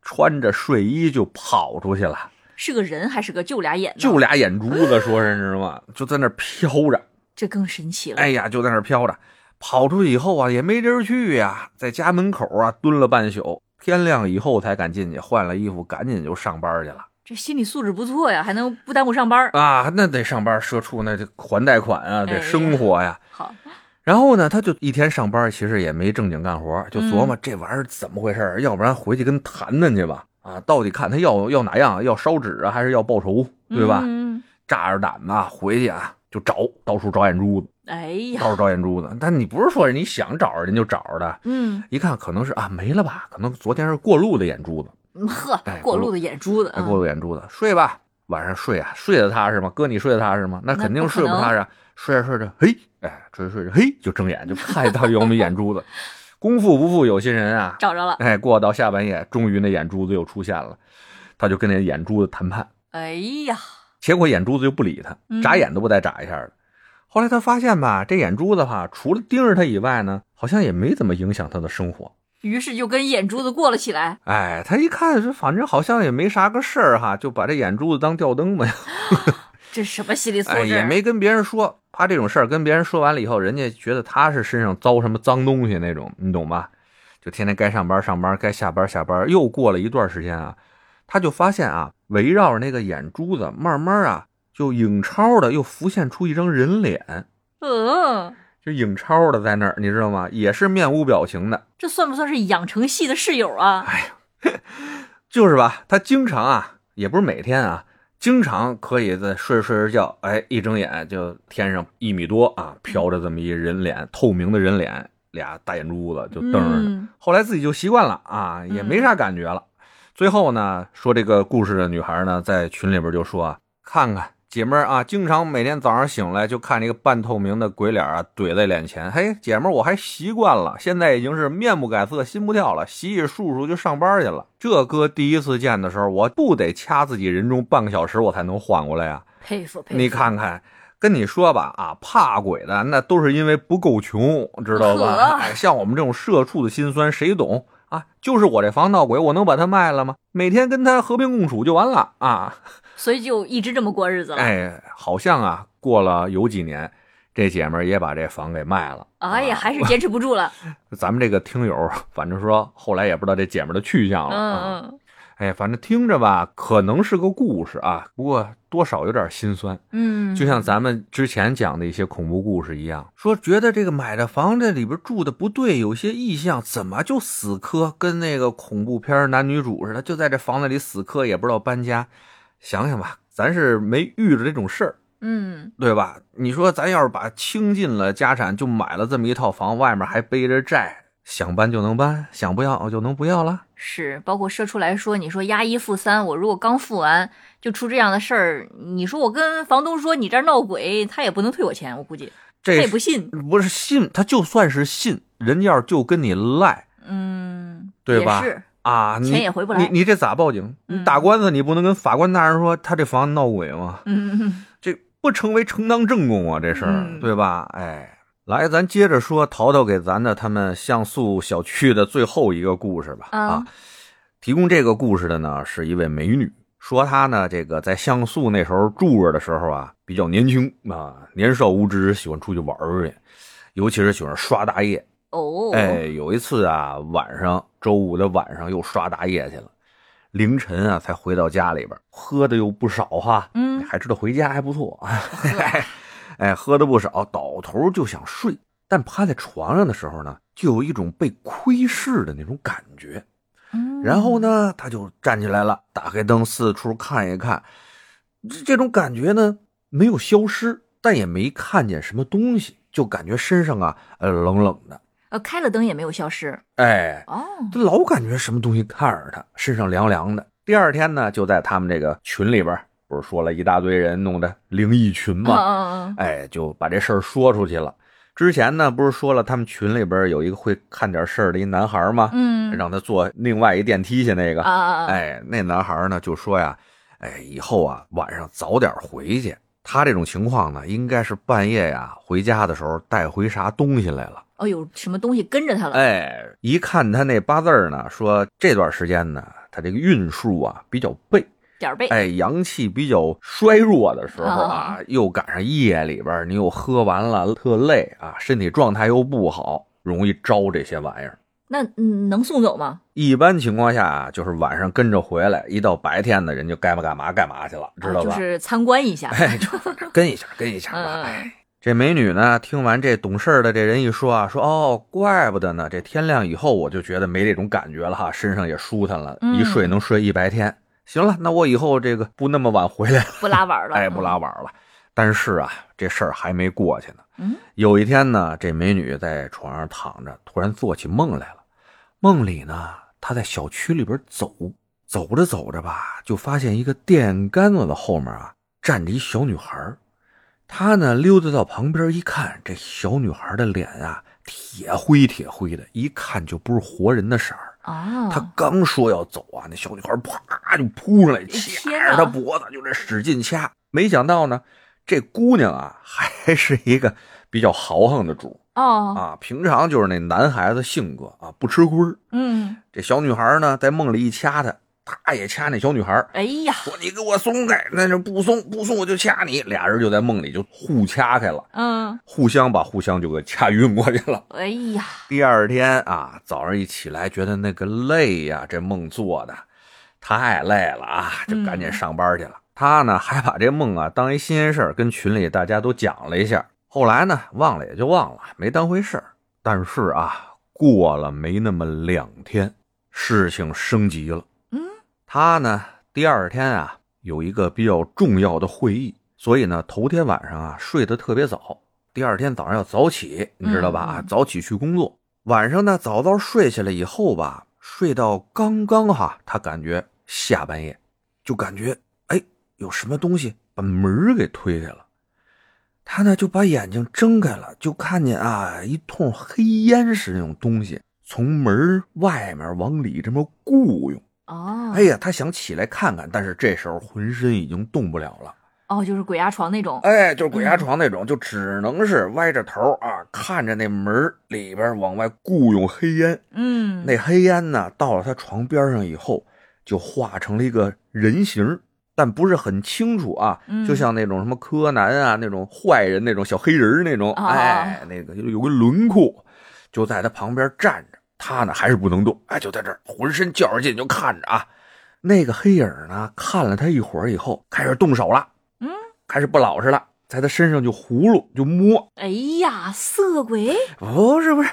Speaker 3: 穿着睡衣就跑出去了，
Speaker 4: 是个人还是个就俩眼呢？
Speaker 3: 就俩眼珠子，说是你知道吗？就在那儿飘着。
Speaker 4: 这更神奇了。
Speaker 3: 哎呀，就在那儿飘着。跑出去以后啊，也没地儿去呀、在家门口啊蹲了半宿，天亮以后才敢进去，换了衣服，赶紧就上班去了。
Speaker 4: 这心理素质不错呀，还能不耽误上班儿。
Speaker 3: 啊，那得上班社畜，那得还贷款啊，得
Speaker 4: 哎
Speaker 3: 生活呀。
Speaker 4: 好，
Speaker 3: 然后呢，他就一天上班，其实也没正经干活，就琢
Speaker 4: 嗯
Speaker 3: 磨这玩意儿怎么回事儿，要不然回去跟谈谈去吧。啊，到底看他要要哪样，要烧纸啊，还是要报仇，对吧？
Speaker 4: 嗯，
Speaker 3: 炸着胆子啊回去啊，就找，到处找眼珠子，
Speaker 4: 哎
Speaker 3: 到
Speaker 4: 呀，
Speaker 3: 处找眼珠子。但你不是说你想找着人就找着的，
Speaker 4: 嗯，
Speaker 3: 一看可能是啊没了吧，可能昨天是过路的眼珠子，
Speaker 4: 呵
Speaker 3: 哎，
Speaker 4: 过
Speaker 3: 过
Speaker 4: 路
Speaker 3: 路
Speaker 4: 的眼珠子，
Speaker 3: 哎，过
Speaker 4: 嗯
Speaker 3: 路眼珠子，睡吧，晚上睡啊，睡得踏实吗？哥，你睡得踏实吗？那
Speaker 4: 那
Speaker 3: 肯
Speaker 4: 不
Speaker 3: 定
Speaker 4: 可
Speaker 3: 睡不
Speaker 4: 能
Speaker 3: 踏实啊，睡着睡着，嘿，哎，睡着睡着，嘿，就睁眼就看到有没有眼珠子。功夫不负有心人啊，
Speaker 4: 找着了。
Speaker 3: 哎，过到下半夜，终于那眼珠子又出现了，他就跟那眼珠子谈判，
Speaker 4: 哎呀，
Speaker 3: 结果眼珠子就不理他，
Speaker 4: 嗯
Speaker 3: 眨眼都不带眨一下的。后来他发现吧，这眼珠子哈，除了盯着他以外呢，好像也没怎么影响他的生活。
Speaker 4: 于是就跟眼珠子过了起来。
Speaker 3: 哎，他一看这反正好像也没啥个事儿哈，就把这眼珠子当吊灯吧。
Speaker 4: 这什么心理素
Speaker 3: 哎，
Speaker 4: 质？啊
Speaker 3: 也没跟别人说，怕这种事儿跟别人说完了以后，人家觉得他是身上遭什么脏东西那种，你懂吧？就天天该上班上班，该下班下班。又过了一段时间啊，他就发现啊，围绕着那个眼珠子，慢慢啊，就影超的又浮现出一张人脸，
Speaker 4: 嗯，
Speaker 3: 就影超的在那儿，你知道吗？也是面无表情的，
Speaker 4: 这算不算是养成系的室友啊？
Speaker 3: 哎就是吧？他经常啊，也不是每天啊，经常可以在睡着睡着觉，哎，一睁眼就天上一米多啊，飘着这么一人脸，透明的人脸，俩大眼珠子就瞪着他。
Speaker 4: 嗯
Speaker 3: 后来自己就习惯了啊，也没啥感觉了。最后呢，说这个故事的女孩呢，在群里边就说啊，看看姐妹儿啊，经常每天早上醒来就看这个半透明的鬼脸啊怼在脸前。嘿，姐们儿，我还习惯了，现在已经是面不改色心不跳了，洗洗漱漱就上班去了。这哥第一次见的时候，我不得掐自己人中半个小时，我才能缓过来啊呀、
Speaker 4: 佩服佩服。
Speaker 3: 你看看，跟你说吧，啊，怕鬼的那都是因为不够穷，知道
Speaker 4: 呵
Speaker 3: 吧？哎，像我们这种社畜的心酸，谁懂啊？就是我这防盗鬼，我能把它卖了吗？每天跟他和平共处就完了啊！
Speaker 4: 所以就一直这么过日子了。
Speaker 3: 哎，好像啊，过了有几年，这姐们儿也把这房给卖了。
Speaker 4: 哎呀，
Speaker 3: 啊
Speaker 4: 还是坚持不住了。
Speaker 3: 咱们这个听友，反正说后来也不知道这姐们儿的去向了。啊。
Speaker 4: 嗯
Speaker 3: 哎，反正听着吧，可能是个故事啊，不过多少有点心酸。
Speaker 4: 嗯，
Speaker 3: 就像咱们之前讲的一些恐怖故事一样，说觉得这个买的房这里边住的不对，有些异象，怎么就死磕？跟那个恐怖片男女主似的，就在这房子里死磕，也不知道搬家。想想吧，咱是没遇着这种事儿，
Speaker 4: 嗯，
Speaker 3: 对吧？你说咱要是把倾尽了家产就买了这么一套房，外面还背着债，想搬就能搬，想不要就能不要了。
Speaker 4: 是包括社畜来说，你说押一付三，我如果刚付完就出这样的事儿，你说我跟房东说你这儿闹鬼，他也不能退我钱，我估计他
Speaker 3: 这
Speaker 4: 也不信。
Speaker 3: 不是信，他就算是信，人家要是就跟你赖，
Speaker 4: 嗯，
Speaker 3: 对吧
Speaker 4: 也是，
Speaker 3: 啊，你
Speaker 4: 钱也回不来
Speaker 3: 你你这咋报警？
Speaker 4: 嗯
Speaker 3: 你打官司，你不能跟法官大人说他这房子闹鬼吗？
Speaker 4: 嗯，
Speaker 3: 这不成为正当正供啊，这事儿、
Speaker 4: 嗯
Speaker 3: 对吧？哎，来，咱接着说淘淘给咱的他们像素小区的最后一个故事吧。
Speaker 4: 啊
Speaker 3: 啊，提供这个故事的呢是一位美女，说她呢这个在像素那时候住着的时候啊，比较年轻啊，年少无知，喜欢出去玩儿去，尤其是喜欢刷大夜。
Speaker 4: 哦，
Speaker 3: 哎，有一次啊，晚上周五的晚上又刷大夜去了，凌晨啊才回到家里边儿，喝的又不少哈，
Speaker 4: 嗯
Speaker 3: 还知道回家还不错， 哎，喝的不少，倒头就想睡，但趴在床上的时候呢，就有一种被窥视的那种感觉。
Speaker 4: 嗯
Speaker 3: 然后？呢，他就站起来了，打开灯四处看一看，这这种感觉呢没有消失，但也没看见什么东西，就感觉身上啊呃冷冷的，
Speaker 4: 呃，开了灯也没有消失
Speaker 3: 哎，
Speaker 4: 哦，
Speaker 3: 他老感觉什么东西看着他，身上凉凉的。第二天呢，就在他们这个群里边儿，不是说了一大堆人弄的灵异群
Speaker 4: 嗯
Speaker 3: 嘛，
Speaker 4: 嗯嗯，
Speaker 3: 哎，就把这事儿说出去了。之前呢，不是说了他们群里边儿有一个会看点事儿的一男孩吗？
Speaker 4: 嗯
Speaker 3: 让他坐另外一电梯去那个。
Speaker 4: 啊啊，啊，
Speaker 3: 哎，那男孩呢就说呀，哎，以后啊晚上早点回去。他这种情况呢，应该是半夜呀回家的时候带回啥东西来了。
Speaker 4: 哦，有什么东西跟着 他了？
Speaker 3: 哎，一看他那八字儿呢，说这段时间呢，他这个运数啊比较背，
Speaker 4: 点儿背，
Speaker 3: 哎，阳气比较衰弱的时候啊
Speaker 4: 啊，
Speaker 3: 又赶上夜里边儿你又喝完了，特累啊，身体状态又不好，容易招这些玩意儿。
Speaker 4: 那嗯能送走吗？
Speaker 3: 一般情况下啊就是晚上跟着回来，一到白天呢，人就该嘛干嘛干嘛去了，知道
Speaker 4: 啊就
Speaker 3: 吧？
Speaker 4: 是参观一下。
Speaker 3: 哎，就反正跟一下，跟一下吧。
Speaker 4: 嗯
Speaker 3: 哎，这美女呢，听完这懂事儿的这人一说啊，说哦，怪不得呢，这天亮以后我就觉得没这种感觉了哈，身上也舒坦了，一睡
Speaker 4: 嗯
Speaker 3: 能睡一白天。行了，那我以后这个不那么晚回来了，
Speaker 4: 不拉碗了，
Speaker 3: 哎，不拉晚了。但是啊，这事儿还没过去呢。
Speaker 4: 嗯
Speaker 3: 有一天呢，这美女在床上躺着，突然做起梦来了。梦里呢，她在小区里边走，走着走着吧，就发现一个电杆子的后面啊，站着一小女孩儿。她呢溜达到旁边一看，这小女孩的脸啊，铁灰铁灰的，一看就不是活人的色儿。
Speaker 4: 啊。
Speaker 3: 他刚说要走啊，那小女孩啪就扑上来，掐
Speaker 4: 哎天
Speaker 3: 着
Speaker 4: 哪
Speaker 3: 他脖子就这使劲掐。没想到呢，这姑娘啊还是一个比较豪横的主
Speaker 4: 哦，
Speaker 3: 啊，平常就是那男孩子性格啊，不吃亏儿。
Speaker 4: 嗯，
Speaker 3: 这小女孩呢，在梦里一掐他，他也掐那小女孩，
Speaker 4: 哎呀，
Speaker 3: 说你给我松开，那就不松不松我就掐你。俩人就在梦里就互掐开了，
Speaker 4: 嗯，
Speaker 3: 互相把互相就给掐晕过去了。
Speaker 4: 哎呀，
Speaker 3: 第二天啊，早上一起来觉得那个累呀、这梦做的太累了啊，就赶紧上班去了。他呢还把这梦啊当一新鲜事儿，跟群里大家都讲了一下。后来呢忘了也就忘了，没当回事儿。但是啊，过了没那么两天，事情升级了。
Speaker 4: 嗯，
Speaker 3: 他呢第二天啊有一个比较重要的会议，所以呢头天晚上啊睡得特别早，第二天早上要早起，你知道吧？
Speaker 4: 嗯
Speaker 3: 啊
Speaker 4: 嗯
Speaker 3: 早起去工作，晚上呢早早睡下来以后吧，睡到刚刚哈，他感觉下半夜就感觉哎有什么东西把门儿给推开了。他呢就把眼睛睁开了，就看见啊一通黑烟似的那种东西从门儿外面往里这么雇佣。
Speaker 4: 哦，
Speaker 3: 哎，呀，他想起来看看，但是这时候浑身已经动不了了。
Speaker 4: 哦，就是鬼压床那种，
Speaker 3: 哎，就是鬼压床那种，就只能是歪着头啊，看着那门儿里边往外雇佣黑烟。
Speaker 4: 嗯，
Speaker 3: 那黑烟呢，到了他床边上以后，就化成了一个人形儿，但不是很清楚啊，
Speaker 4: 嗯
Speaker 3: 就像那种什么柯南啊，那种坏人那种小黑人儿那种，
Speaker 4: 哦
Speaker 3: 哎，那个有个轮廓，就在他旁边站着。他呢还是不能动，哎，就在这儿浑身较着劲就看着啊。那个黑影儿呢，看了他一会儿以后，开始动手了，
Speaker 4: 嗯，
Speaker 3: 开始不老实了，在他身上就葫芦就摸，
Speaker 4: 哎呀，色鬼，
Speaker 3: 不哦是不是，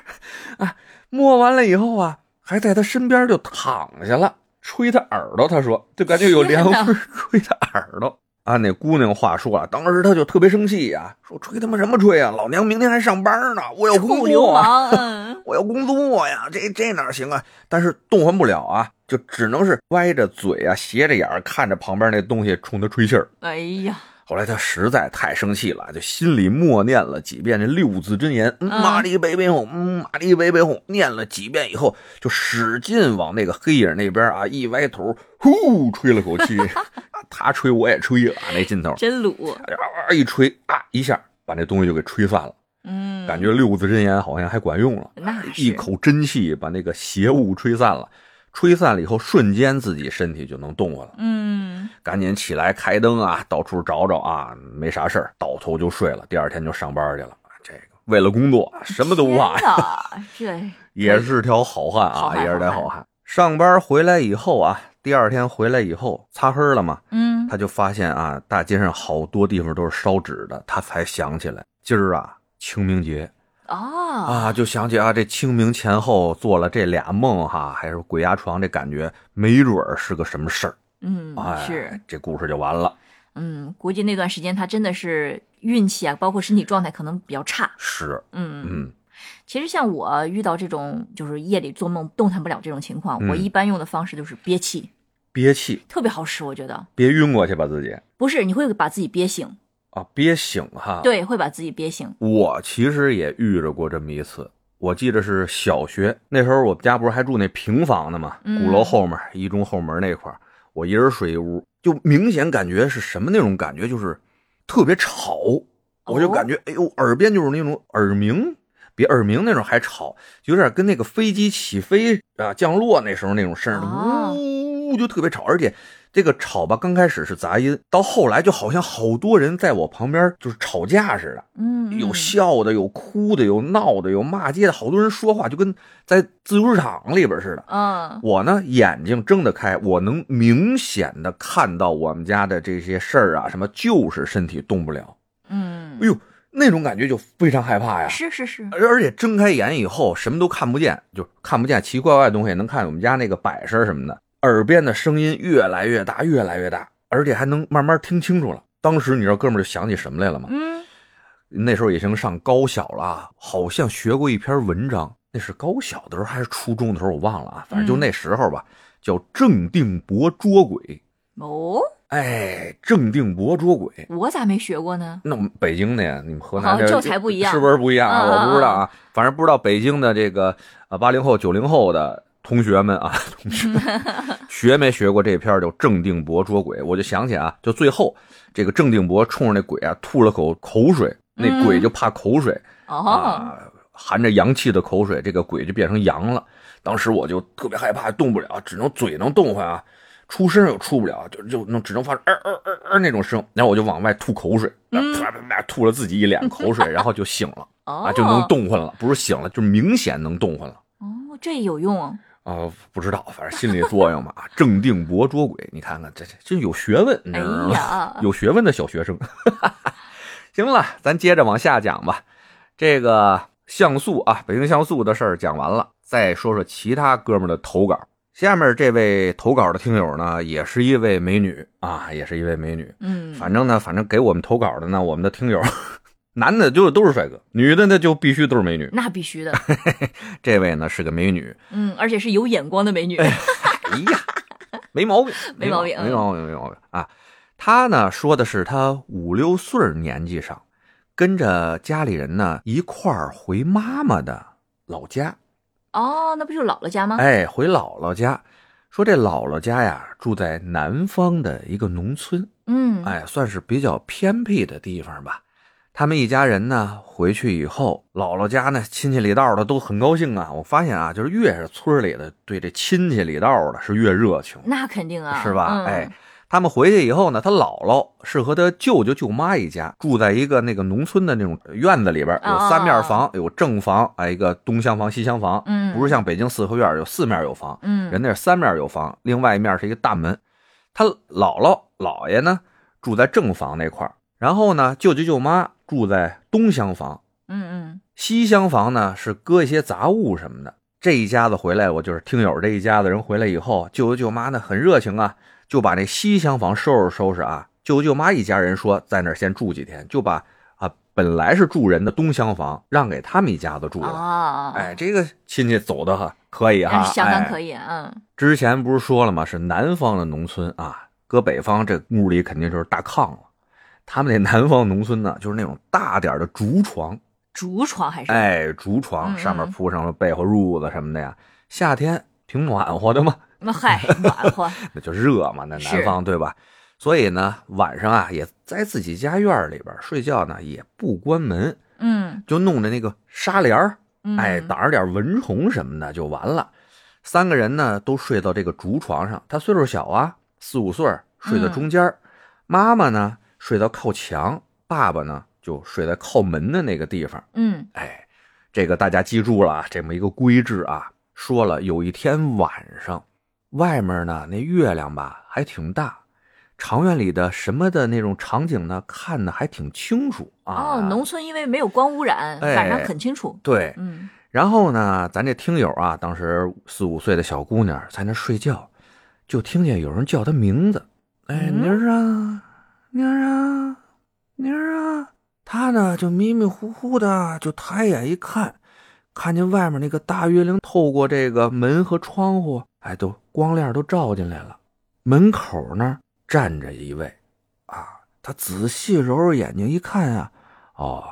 Speaker 3: 啊，摸完了以后啊，还在他身边就躺下了，吹他耳朵。他说，就感觉有凉
Speaker 4: 天
Speaker 3: 风吹他耳朵。按那姑娘话说啊，当时他就特别生气呀、说吹他妈什么吹啊，老娘明天还上班呢，我要工
Speaker 4: 臭流
Speaker 3: 作
Speaker 4: 氓，
Speaker 3: 啊，
Speaker 4: 嗯，
Speaker 3: 我要工作呀，这这哪行啊？但是动弹不了啊，就只能是歪着嘴啊，斜着眼儿看着旁边那东西冲他吹气儿。
Speaker 4: 哎呀，
Speaker 3: 后来他实在太生气了，就心里默念了几遍这六字真言：“
Speaker 4: 嗯
Speaker 3: 嗯玛丽北北哄，嗯玛丽北北哄。”念了几遍以后，就使劲往那个黑影那边啊一歪头，呼吹了口 气。啊他吹我也吹啊，那劲头，
Speaker 4: 真鲁，
Speaker 3: 啊一吹啊一下把那东西就给吹散了。
Speaker 4: 嗯，
Speaker 3: 感觉六字真言好像还管用了，啊
Speaker 4: 那是
Speaker 3: 一口真气把那个邪物吹散了。吹散了以后，瞬间自己身体就能动了。
Speaker 4: 嗯，
Speaker 3: 赶紧起来开灯啊，到处找找啊，没啥事儿，倒头就睡了。第二天就上班去了。这个为了工作，什么都不怕，
Speaker 4: 怕， 这
Speaker 3: 也是条好汉
Speaker 4: 好
Speaker 3: 啊，
Speaker 4: 汉
Speaker 3: 也是条
Speaker 4: 好汉
Speaker 3: 好汉。上班回来以后啊，第二天回来以后擦黑了嘛，
Speaker 4: 嗯，
Speaker 3: 他就发现啊，大街上好多地方都是烧纸的，他才想起来，今儿啊清明节
Speaker 4: 哦，
Speaker 3: 啊，就想起啊这清明前后做了这俩梦哈、还是鬼压床这感觉，没准儿是个什么事儿。
Speaker 4: 嗯，
Speaker 3: 哎，
Speaker 4: 是，
Speaker 3: 这故事就完了。
Speaker 4: 嗯，估计那段时间他真的是运气啊，包括身体状态可能比较差，
Speaker 3: 是，
Speaker 4: 嗯
Speaker 3: 嗯。
Speaker 4: 其实像我遇到这种就是夜里做梦动弹不了这种情况，
Speaker 3: 嗯
Speaker 4: 我一般用的方式就是憋气，
Speaker 3: 憋气，
Speaker 4: 特别好使，我觉得。
Speaker 3: 憋晕过去把自己
Speaker 4: 不是，你会把自己憋醒，
Speaker 3: 啊，憋醒哈。，
Speaker 4: 对，会把自己憋醒。
Speaker 3: 我其实也遇着过这么一次。我记得是小学那时候，我们家不是还住那平房呢嘛，
Speaker 4: 嗯
Speaker 3: 鼓楼后面一中后门那块儿，我一人睡一屋，就明显感觉是什么那种感觉，就是特别吵，我就
Speaker 4: 哦
Speaker 3: 感觉、哎呦，耳边就是那种耳鸣，比耳鸣那种还吵，有点跟那个飞机起飞啊降落那时候那种声儿，
Speaker 4: 哦
Speaker 3: 呜、就特别吵，而且这个吵吧，刚开始是杂音，到后来就好像好多人在我旁边就是吵架似的，
Speaker 4: 嗯，
Speaker 3: 有笑的，有哭的，有闹的，有骂街的，好多人说话就跟在自由市场里边似的。
Speaker 4: 嗯，
Speaker 3: 我呢，眼睛睁得开，我能明显的看到我们家的这些事儿啊，什么就是身体动不了，
Speaker 4: 嗯
Speaker 3: 哎呦，那种感觉就非常害怕呀。
Speaker 4: 是是是，
Speaker 3: 而而且睁开眼以后什么都看不见，就看不见奇奇怪怪的东西，能看见我们家那个摆设什么的。耳边的声音越来越大，越来越大，而且还能慢慢听清楚了。当时你知道哥们儿就想起什么来了吗？
Speaker 4: 嗯，
Speaker 3: 那时候已经上高小了啊，好像学过一篇文章，那是高小的时候还是初中的时候，我忘了啊，反
Speaker 4: 嗯
Speaker 3: 正就那时候吧，叫《正定伯捉鬼》。
Speaker 4: 哦，
Speaker 3: 哎，正定伯捉鬼，
Speaker 4: 我咋没学过呢？
Speaker 3: 那我们北京的呀，你们河南
Speaker 4: 哦
Speaker 3: 这
Speaker 4: 教材不一样
Speaker 3: 是不是不一样
Speaker 4: 啊啊
Speaker 3: 我不知道啊，反正不知道北京的这个啊八零后、九零后的同学们啊，同学 学没学过这篇儿叫《郑定伯捉鬼》？我就想起啊，就最后这个郑定伯冲着那鬼啊吐了口口水，
Speaker 4: 嗯
Speaker 3: 那鬼就怕口水、
Speaker 4: 哦，
Speaker 3: 啊，含着阳气的口水，这个鬼就变成羊了。当时我就特别害怕，动不了，只能嘴能动唤啊，出声又出不了，就就能只能发出呃呃呃呃那种声，然后我就往外吐口水，啪
Speaker 4: 嗯
Speaker 3: 啪啪吐了自己一脸口 水，然后就醒了
Speaker 4: 哦，
Speaker 3: 啊，就能动唤了，不是醒了，就是明显能动唤了。
Speaker 4: 哦，这有用，
Speaker 3: 啊，不知道，反正心理作用吧。正定伯捉鬼，你看看这这这有学问，你
Speaker 4: 哎
Speaker 3: 知道吗？
Speaker 4: 呀，
Speaker 3: 有学问的小学生。 行了，咱接着往下讲吧。这个像素啊，北京像素的事儿讲完了，再说说其他哥们儿的投稿。下面这位投稿的听友呢，也是一位美女啊，也是一位美女。
Speaker 4: 嗯，
Speaker 3: 反正呢，反正给我们投稿的呢，我们的听友， 男的就都是帅哥，女的呢就必须都是美女。
Speaker 4: 那必 须的，
Speaker 3: 这位呢是个美女，
Speaker 4: 嗯，而且是有眼光的美女，
Speaker 3: 哎呀， 没毛病，
Speaker 4: 没毛病嗯
Speaker 3: 没毛病，没毛病啊！他呢说的是他五六岁儿年纪上，跟着家里人呢一块儿回妈妈的老家，
Speaker 4: 哦，那不就是姥姥家吗？
Speaker 3: 哎，回姥姥家。说这姥姥家呀，住在南方的一个农村，
Speaker 4: 嗯，
Speaker 3: 哎，算是比较偏僻的地方吧。他们一家人呢回去以后，姥姥家呢亲戚里道的都很高兴啊。我发现啊，就是越是村里的对这亲戚里道的是越热情，
Speaker 4: 那肯定啊，
Speaker 3: 是吧？
Speaker 4: 嗯
Speaker 3: 哎，，他们回去以后呢，他姥姥是和他舅舅舅妈一家住在一个那个农村的那种院子里边，有
Speaker 4: 哦
Speaker 3: 三面房，有正房，哎，一个东厢房、西厢房，
Speaker 4: 嗯
Speaker 3: 不是像北京四合院有四面有房，
Speaker 4: 嗯，
Speaker 3: 人那是三面有房，另外一面是一个大门。他姥姥姥爷呢住在正房那块儿，然后呢舅舅舅妈住在东厢房，
Speaker 4: 嗯
Speaker 3: 西厢房呢是搁一些杂物什么的。这一家子回来，我就是听友这一家子人回来以后，舅舅舅妈呢很热情啊，就把那西厢房收拾收拾啊。舅舅舅妈一家人说在那儿先住几天，就把啊本来是住人的东厢房让给他们一家子住
Speaker 4: 嗯，
Speaker 3: 了。
Speaker 4: 哦，
Speaker 3: 哎，这个亲戚走的哈可以哈，
Speaker 4: 但是相当可
Speaker 3: 以。
Speaker 4: 以，嗯，
Speaker 3: 之前不是说了吗？是南方的农村啊，搁北方这屋里肯定就是大炕了。他们那南方农村呢，就是那种大点儿的竹床，
Speaker 4: 竹床还是，
Speaker 3: 哎，竹
Speaker 4: 嗯
Speaker 3: 床
Speaker 4: 嗯
Speaker 3: 上面铺上了被和褥子什么的呀。夏天挺暖和的嘛，
Speaker 4: 那嗨，暖 和，
Speaker 3: 那就热嘛，那
Speaker 4: 是
Speaker 3: 南方对吧？所以呢，晚上啊也在自己家院儿里边睡觉呢，也不关门，
Speaker 4: 嗯
Speaker 3: 就弄着那个纱帘儿，
Speaker 4: 嗯，
Speaker 3: 哎，挡着点蚊虫什么的就完了。三个人呢都睡到这个竹床上，他岁数小啊，四五岁儿，睡
Speaker 4: 嗯
Speaker 3: 在中间儿、妈妈呢睡到靠墙，爸爸呢就睡在靠门的那个地方。
Speaker 4: 嗯
Speaker 3: 哎，这个大家记住了啊，这么一个规制啊。说了，有一天晚上，外面呢那月亮吧还挺大，长院里的什么的那种场景呢看的还挺清楚啊。
Speaker 4: 哦，农村因为没有光污染，
Speaker 3: 哎
Speaker 4: 晚上很清楚，
Speaker 3: 对，
Speaker 4: 嗯
Speaker 3: 然后呢，咱这听友啊，当时四五岁的小姑娘在那睡觉，就听见有人叫她名字，哎，
Speaker 4: 嗯
Speaker 3: 妮儿啊，妮儿啊，妮儿啊。她呢就迷迷糊糊的，就抬眼一看，看见外面那个大月亮透过这个门和窗户，哎，都光亮都照进来了。门口那儿站着一位，啊，她仔细揉揉眼睛一看啊，哦，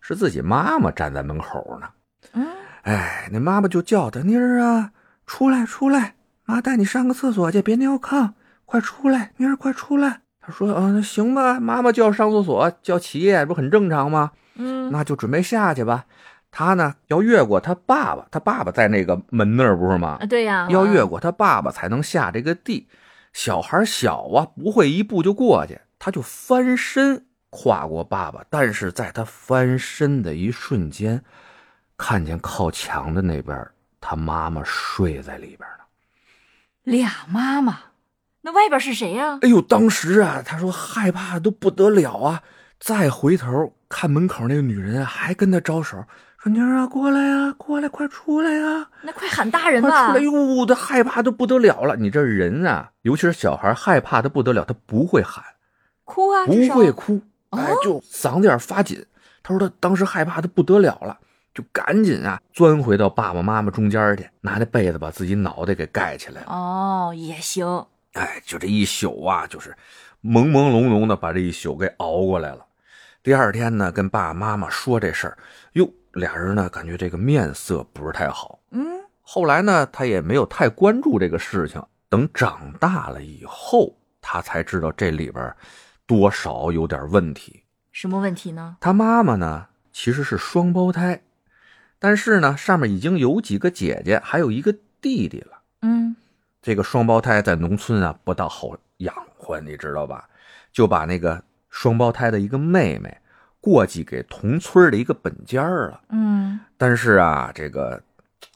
Speaker 3: 是自己妈妈站在门口呢。
Speaker 4: 嗯，
Speaker 3: 哎，那妈妈就叫他妮儿啊，出来出来，妈带你上个厕所去，别尿炕，快出来，妮儿快出来。他说啊，那行吧，妈妈就要上厕所，叫起夜，不很正常吗？
Speaker 4: 嗯
Speaker 3: 那就准备下去吧。他呢要越过他爸爸，他爸爸在那个门那儿不是吗
Speaker 4: 啊，？对呀，
Speaker 3: 要
Speaker 4: 嗯
Speaker 3: 越过他爸爸才能下这个地。小孩小啊，不会一步就过去，他就翻身跨过爸爸。但是在他翻身的一瞬间，看见靠墙的那边，他妈妈睡在里边呢。
Speaker 4: 俩妈妈，那外边是谁呀、
Speaker 3: 哎呦，当时啊，他说害怕都不得了啊！再回头看门口那个女人啊，还跟他招手说：“妞儿啊，过来呀、过来，快出来啊呀、
Speaker 4: 那快喊大人
Speaker 3: 快
Speaker 4: 吧
Speaker 3: 出来！哟！他害怕的不得了了。你这人啊，尤其是小孩，害怕的不得了，他不会喊，
Speaker 4: 哭啊！
Speaker 3: 不
Speaker 4: 至少
Speaker 3: 会哭，哎
Speaker 4: 哦，
Speaker 3: 就嗓子眼儿发紧。他说他当时害怕的不得了了，就赶紧啊钻回到爸爸妈妈中间儿去，拿那被子把自己脑袋给盖起来了。
Speaker 4: 哦，也行。
Speaker 3: 哎，就这一宿啊，就是朦朦胧胧的把这一宿给熬过来了。第二天呢，跟爸爸妈妈说这事儿，哟，俩人呢感觉这个面色不是太好。
Speaker 4: 嗯，
Speaker 3: 后来呢，他也没有太关注这个事情。等长大了以后，他才知道这里边多少有点问题。
Speaker 4: 什么问题呢？
Speaker 3: 他妈妈呢，其实是双胞胎，但是呢，上面已经有几个姐姐，还有一个弟弟了。
Speaker 4: 嗯，
Speaker 3: 这个双胞胎在农村啊不大好养活，你知道吧？就把那个双胞胎的一个妹妹过继给同村的一个本家儿了。
Speaker 4: 嗯，
Speaker 3: 但是啊，这个，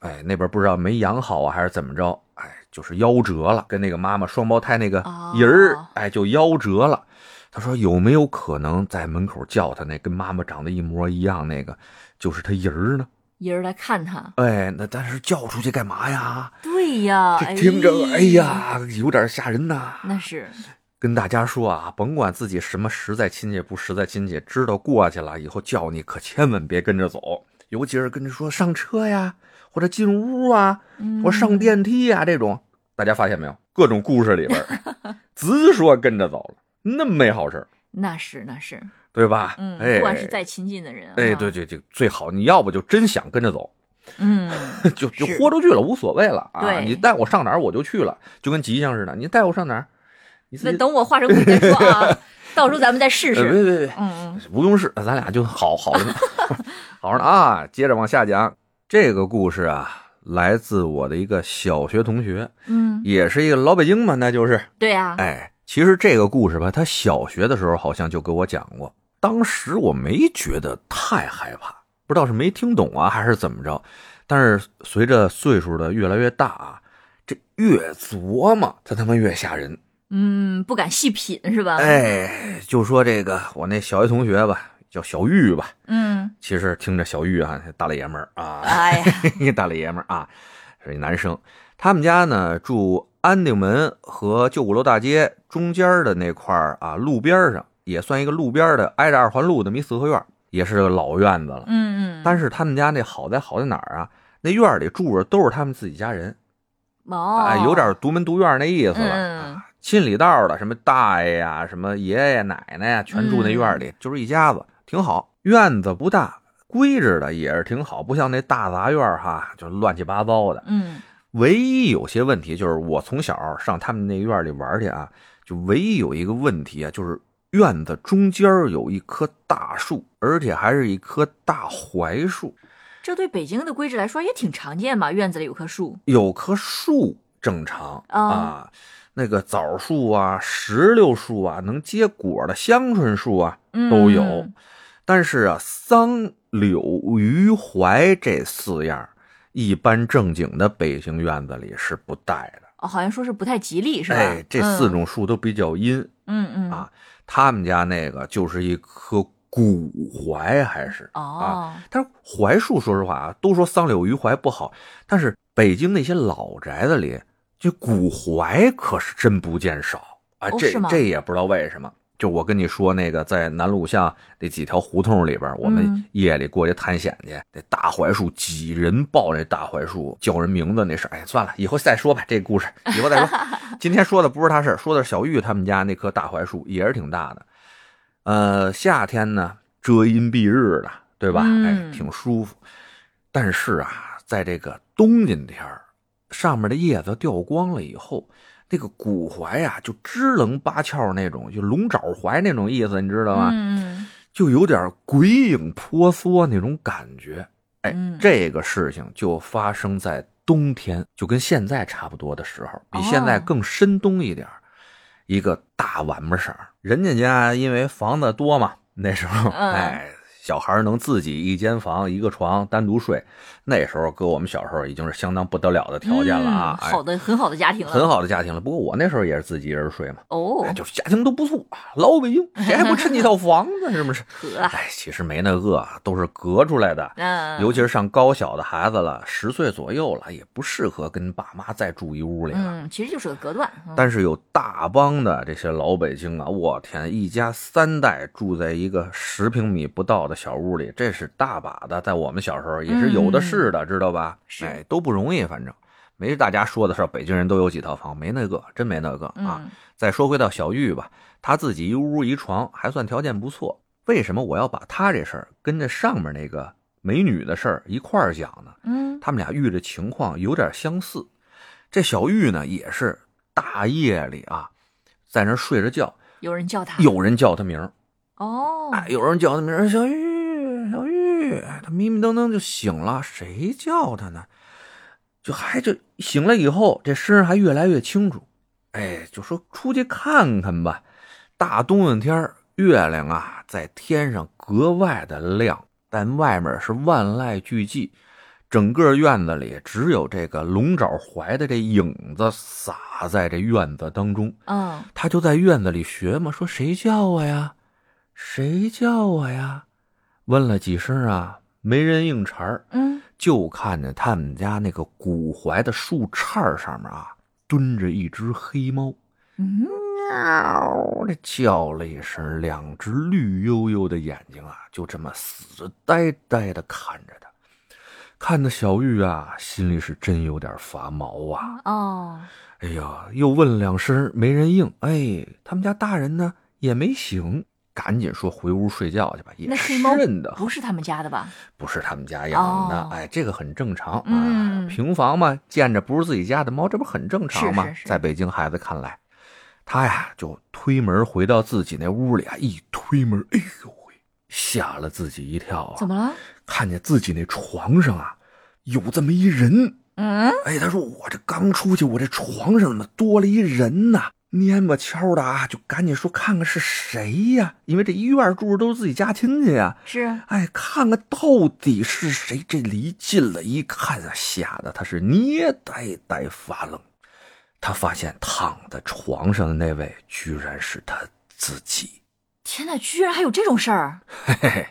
Speaker 3: 哎，那边不知道没养好啊，还是怎么着，哎，就是夭折了，跟那个妈妈双胞胎那个
Speaker 4: 哦
Speaker 3: 人儿，哎，就夭折了。他说有没有可能在门口叫他那跟妈妈长得一模一样那个，就是他人儿呢？
Speaker 4: 一人来看他。
Speaker 3: 哎，那但是叫出去干嘛呀？
Speaker 4: 对呀，哎
Speaker 3: 这听着，哎，呀，有点吓人呐。
Speaker 4: 那是
Speaker 3: 跟大家说啊，甭管自己什么实在亲戚不实在亲戚，知道过去了以后叫你可千万别跟着走，尤其是跟着说上车呀，或者进屋啊，
Speaker 4: 嗯
Speaker 3: 或者上电梯呀、这种，大家发现没有？各种故事里边儿， 直说跟着走了，那么没好事儿
Speaker 4: 那是那是，
Speaker 3: 对吧？
Speaker 4: 嗯，
Speaker 3: 哎，
Speaker 4: 不管是再亲近的人，
Speaker 3: 哎，
Speaker 4: 啊
Speaker 3: 对，对对，最好你要不就真想跟着走，
Speaker 4: 嗯，
Speaker 3: 就就是豁出去了，无所谓了啊！
Speaker 4: 对
Speaker 3: 你带我上哪儿我就去了，就跟吉祥似的，你带我上哪儿，你自
Speaker 4: 那
Speaker 3: 己
Speaker 4: 等我化成鬼再说 啊，到时候咱们再试
Speaker 3: 呃
Speaker 4: 试。
Speaker 3: 别别别，
Speaker 4: 嗯嗯，
Speaker 3: 不用试，咱俩就好好着呢，好着呢啊！接着往下讲，这个故事啊，来自我的一个小学同学，
Speaker 4: 嗯，
Speaker 3: 也是一个老北京嘛，那就是。
Speaker 4: 对啊呀，
Speaker 3: 哎，其实这个故事吧，他小学的时候好像就给我讲过，当时我没觉得太害怕，不知道是没听懂啊，还是怎么着。但是随着岁数的越来越大啊，这越琢磨，他他妈越吓人。
Speaker 4: 嗯，不敢细品是吧？，
Speaker 3: 哎，就说这个我那小学同学吧，叫小玉吧，
Speaker 4: 嗯，
Speaker 3: 其实听着小玉啊，大老爷们儿啊，
Speaker 4: 哎呀，
Speaker 3: 大老爷们儿啊，是一男生。他们家呢住安定门和旧鼓楼大街中间的那块儿啊，路边儿上也算一个路边儿的，挨着二环路的么一四合院儿，也是个老院子了。
Speaker 4: 嗯嗯，
Speaker 3: 但是他们家那好在好在哪儿啊？那院儿里住着都是他们自己家人，
Speaker 4: 哦，
Speaker 3: 哎，有点独门独院儿那意思了。
Speaker 4: 嗯
Speaker 3: 啊亲里道儿的，什么大爷呀、什么爷爷奶奶呀、全住那院儿里，就是一家子，挺好。院子不大，规制的也是挺好，不像那大杂院儿哈，就乱七八糟的。
Speaker 4: 嗯
Speaker 3: 唯一有些问题就是，我从小上他们那院儿里玩儿去啊，就唯一有一个问题啊，就是院子中间儿有一棵大树，而且还是一棵大槐树。
Speaker 4: 这对北京的规制来说也挺常见吧？院子里有棵树，
Speaker 3: 有棵树正常、
Speaker 4: 哦
Speaker 3: 啊，那个枣树啊、石榴树啊，能结果的香椿树啊
Speaker 4: 嗯
Speaker 3: 都有，但是啊，桑柳榆槐这四样儿，一般正经的北京院子里是不带的。
Speaker 4: 哦，好像说是不太吉利是吧？
Speaker 3: 哎，这四，种树都比较阴，
Speaker 4: 嗯嗯
Speaker 3: 啊他们家那个就是一棵古槐，还是
Speaker 4: 哦，
Speaker 3: 但是槐树，说实话啊，都说桑柳榆槐不好，但是北京那些老宅子里，这古槐可是真不见少啊。
Speaker 4: 哦
Speaker 3: 这
Speaker 4: 是吗
Speaker 3: 这也不知道为什么。就我跟你说那个，在南路巷那几条胡同里边，我们
Speaker 4: 嗯
Speaker 3: 夜里过去探险去，那大槐树几人抱那大槐树叫人名字那事儿，哎，算了，以后再说吧，这个故事以后再 说。今天说的不是他事儿，说的是小玉他们家那棵大槐树也是挺大的。呃，夏天呢遮阴蔽日的，对吧？
Speaker 4: 嗯
Speaker 3: 哎，挺舒服。但是啊，在这个冬今天儿，上面的叶子掉光了以后，那个骨槐呀、就支棱八翘那种，就龙爪槐那种意思，你知道吗？
Speaker 4: 嗯
Speaker 3: 就有点鬼影婆娑那种感觉。哎，
Speaker 4: 嗯
Speaker 3: 这个事情就发生在冬天，就跟现在差不多的时候，比
Speaker 4: 哦
Speaker 3: 现在更深冬一点儿。一个大晚门婶儿，人家家因为房子多嘛，那时候、
Speaker 4: 嗯
Speaker 3: 哎，小孩儿能自己一间房一个床单独睡，那时候搁我们小时候已经是相当不得了的条件了啊，
Speaker 4: 嗯好的，很好的家庭
Speaker 3: 哎，
Speaker 4: 了，
Speaker 3: 很好的家庭了。不过我那时候也是自己一人睡嘛，
Speaker 4: 哦
Speaker 3: 哎，就是家庭都不错，啊老北京谁还不趁你套房子是不是？
Speaker 4: 呵，啊
Speaker 3: 哎，其实没那个啊，都是隔出来的。
Speaker 4: 那
Speaker 3: 尤其是上高小的孩子了，十岁左右了，也不适合跟爸妈再住一屋里了。
Speaker 4: 嗯，其实就是个隔断，嗯
Speaker 3: 但是有大帮的这些老北京啊，我天，一家三代住在一个十平米不到的小屋里，这是大把的，在我们小时候也是有的是的，知道吧？
Speaker 4: 嗯是
Speaker 3: 哎，都不容易，反正没大家说的是北京人都有几套房，没那个，真没那个啊。
Speaker 4: 嗯
Speaker 3: 再说回到小玉吧，她自己一屋一床，还算条件不错。为什么我要把她这事儿跟这上面那个美女的事儿一块儿讲呢？
Speaker 4: 嗯
Speaker 3: 他们俩遇着情况有点相似。这小玉呢，也是大夜里啊，在那儿睡着觉，
Speaker 4: 有人叫他，
Speaker 3: 有人叫她名儿，
Speaker 4: 哦，
Speaker 3: 哎，有人叫她名儿，小玉，小玉，她迷迷瞪瞪就醒了，谁叫她呢？就还就醒了以后，这声儿还越来越清楚，哎，就说出去看看吧。大冬的天儿，月亮啊在天上格外的亮，但外面是万籁俱寂，整个院子里只有这个龙爪槐的这影子洒在这院子当中。
Speaker 4: 嗯，
Speaker 3: 他就在院子里学嘛，说谁叫我呀？谁叫我呀？问了几声啊，没人应茬儿，
Speaker 4: 嗯，
Speaker 3: 就看见他们家那个古槐的树杈儿上面啊，蹲着一只黑猫，
Speaker 4: 嗯，
Speaker 3: 喵的叫了一声，两只绿油油的眼睛啊，就这么死呆呆的看着他，看的小玉啊，心里是真有点发毛啊。
Speaker 4: 哦，
Speaker 3: 哎呀，又问两声没人应，哎，他们家大人呢也没醒，赶紧说回屋睡觉去吧，也
Speaker 4: 那黑
Speaker 3: 湿
Speaker 4: 猫
Speaker 3: 润的，
Speaker 4: 不是他们家的吧？
Speaker 3: 不是他们家养的，
Speaker 4: 哦
Speaker 3: 哎，这个很正常啊，
Speaker 4: 嗯
Speaker 3: 平房嘛，见着不是自己家的猫，这不很正常吗？
Speaker 4: 是是是
Speaker 3: 在北京孩子看来，他呀就推门回到自己那屋里啊，一推门，哎呦喂，吓了自己一跳啊，
Speaker 4: 怎么了？
Speaker 3: 看见自己那床上啊有这么一人，
Speaker 4: 嗯，
Speaker 3: 哎，他说我这刚出去，我这床上怎么多了一人呢？蔫巴悄的啊，就赶紧说看看是谁呀、因为这医院住着都是自己家亲戚呀、
Speaker 4: 是，
Speaker 3: 哎，看看到底是谁？这离近了一看啊，吓得他是捏呆呆发愣。他发现躺在床上的那位居然是他自己。
Speaker 4: 天哪，居然还有这种事儿！
Speaker 3: 嘿嘿嘿，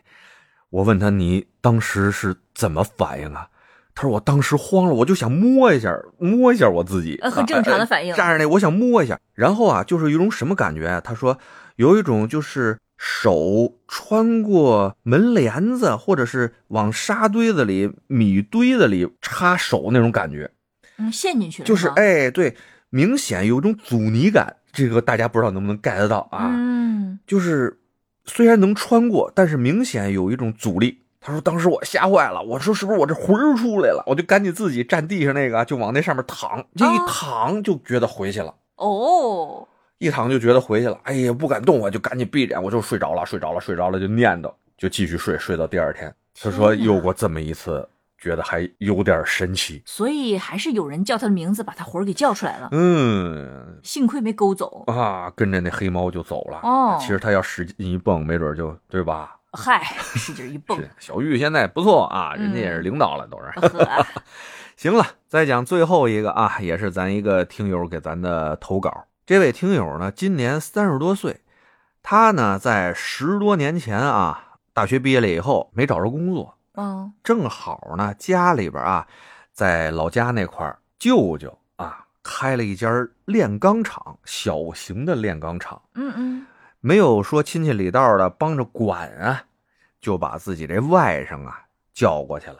Speaker 3: 我问他你当时是怎么反应啊？他说我当时慌了，我就想摸一下，摸一下我自己，
Speaker 4: 呃很正常的
Speaker 3: 啊
Speaker 4: 反应
Speaker 3: 站着那我想摸一下，然后啊，就是有一种什么感觉啊？他说有一种就是手穿过门帘子，或者是往沙堆子里、米堆子里插手那种感觉，
Speaker 4: 嗯，陷进去了，
Speaker 3: 就是
Speaker 4: 吗，
Speaker 3: 哎，对，明显有一种阻尼感。这个大家不知道能不能 get 得到啊？
Speaker 4: 嗯，
Speaker 3: 就是虽然能穿过，但是明显有一种阻力。他说：“当时我吓坏了，我说是不是我这魂儿出来了？我就赶紧自己站地上那个，就往那上面躺，这一
Speaker 4: 啊
Speaker 3: 躺就觉得回去了，
Speaker 4: 哦，
Speaker 3: 一躺就觉得回去了。哎呀，不敢动，我就赶紧闭着眼，我就睡着了，睡着了，睡着了，就念叨，就继续睡，睡到第二天。他说
Speaker 4: 天哪
Speaker 3: 有过这么一次，觉得还有点神奇。
Speaker 4: 所以还是有人叫他的名字，把他魂儿给叫出来了，
Speaker 3: 嗯，
Speaker 4: 幸亏没勾走。
Speaker 3: 啊，跟着那黑猫就走了。
Speaker 4: 哦
Speaker 3: 其实他要使劲一蹦，没准就对吧？
Speaker 4: 嗨，使劲一蹦
Speaker 3: 是，小玉现在不错啊，
Speaker 4: 嗯
Speaker 3: 人家也是领导了，都是。
Speaker 4: 呵，啊
Speaker 3: 行了，再讲最后一个啊，也是咱一个听友给咱的投稿。这位听友呢，今年三十多岁，他呢在十多年前啊，大学毕业了以后没找着工作，
Speaker 4: 嗯，
Speaker 3: 正好呢家里边啊，在老家那块儿舅舅啊开了一家炼钢厂，小型的炼钢厂。
Speaker 4: 嗯嗯，
Speaker 3: 没有说亲戚里道的帮着管啊，就把自己这外甥啊叫过去了，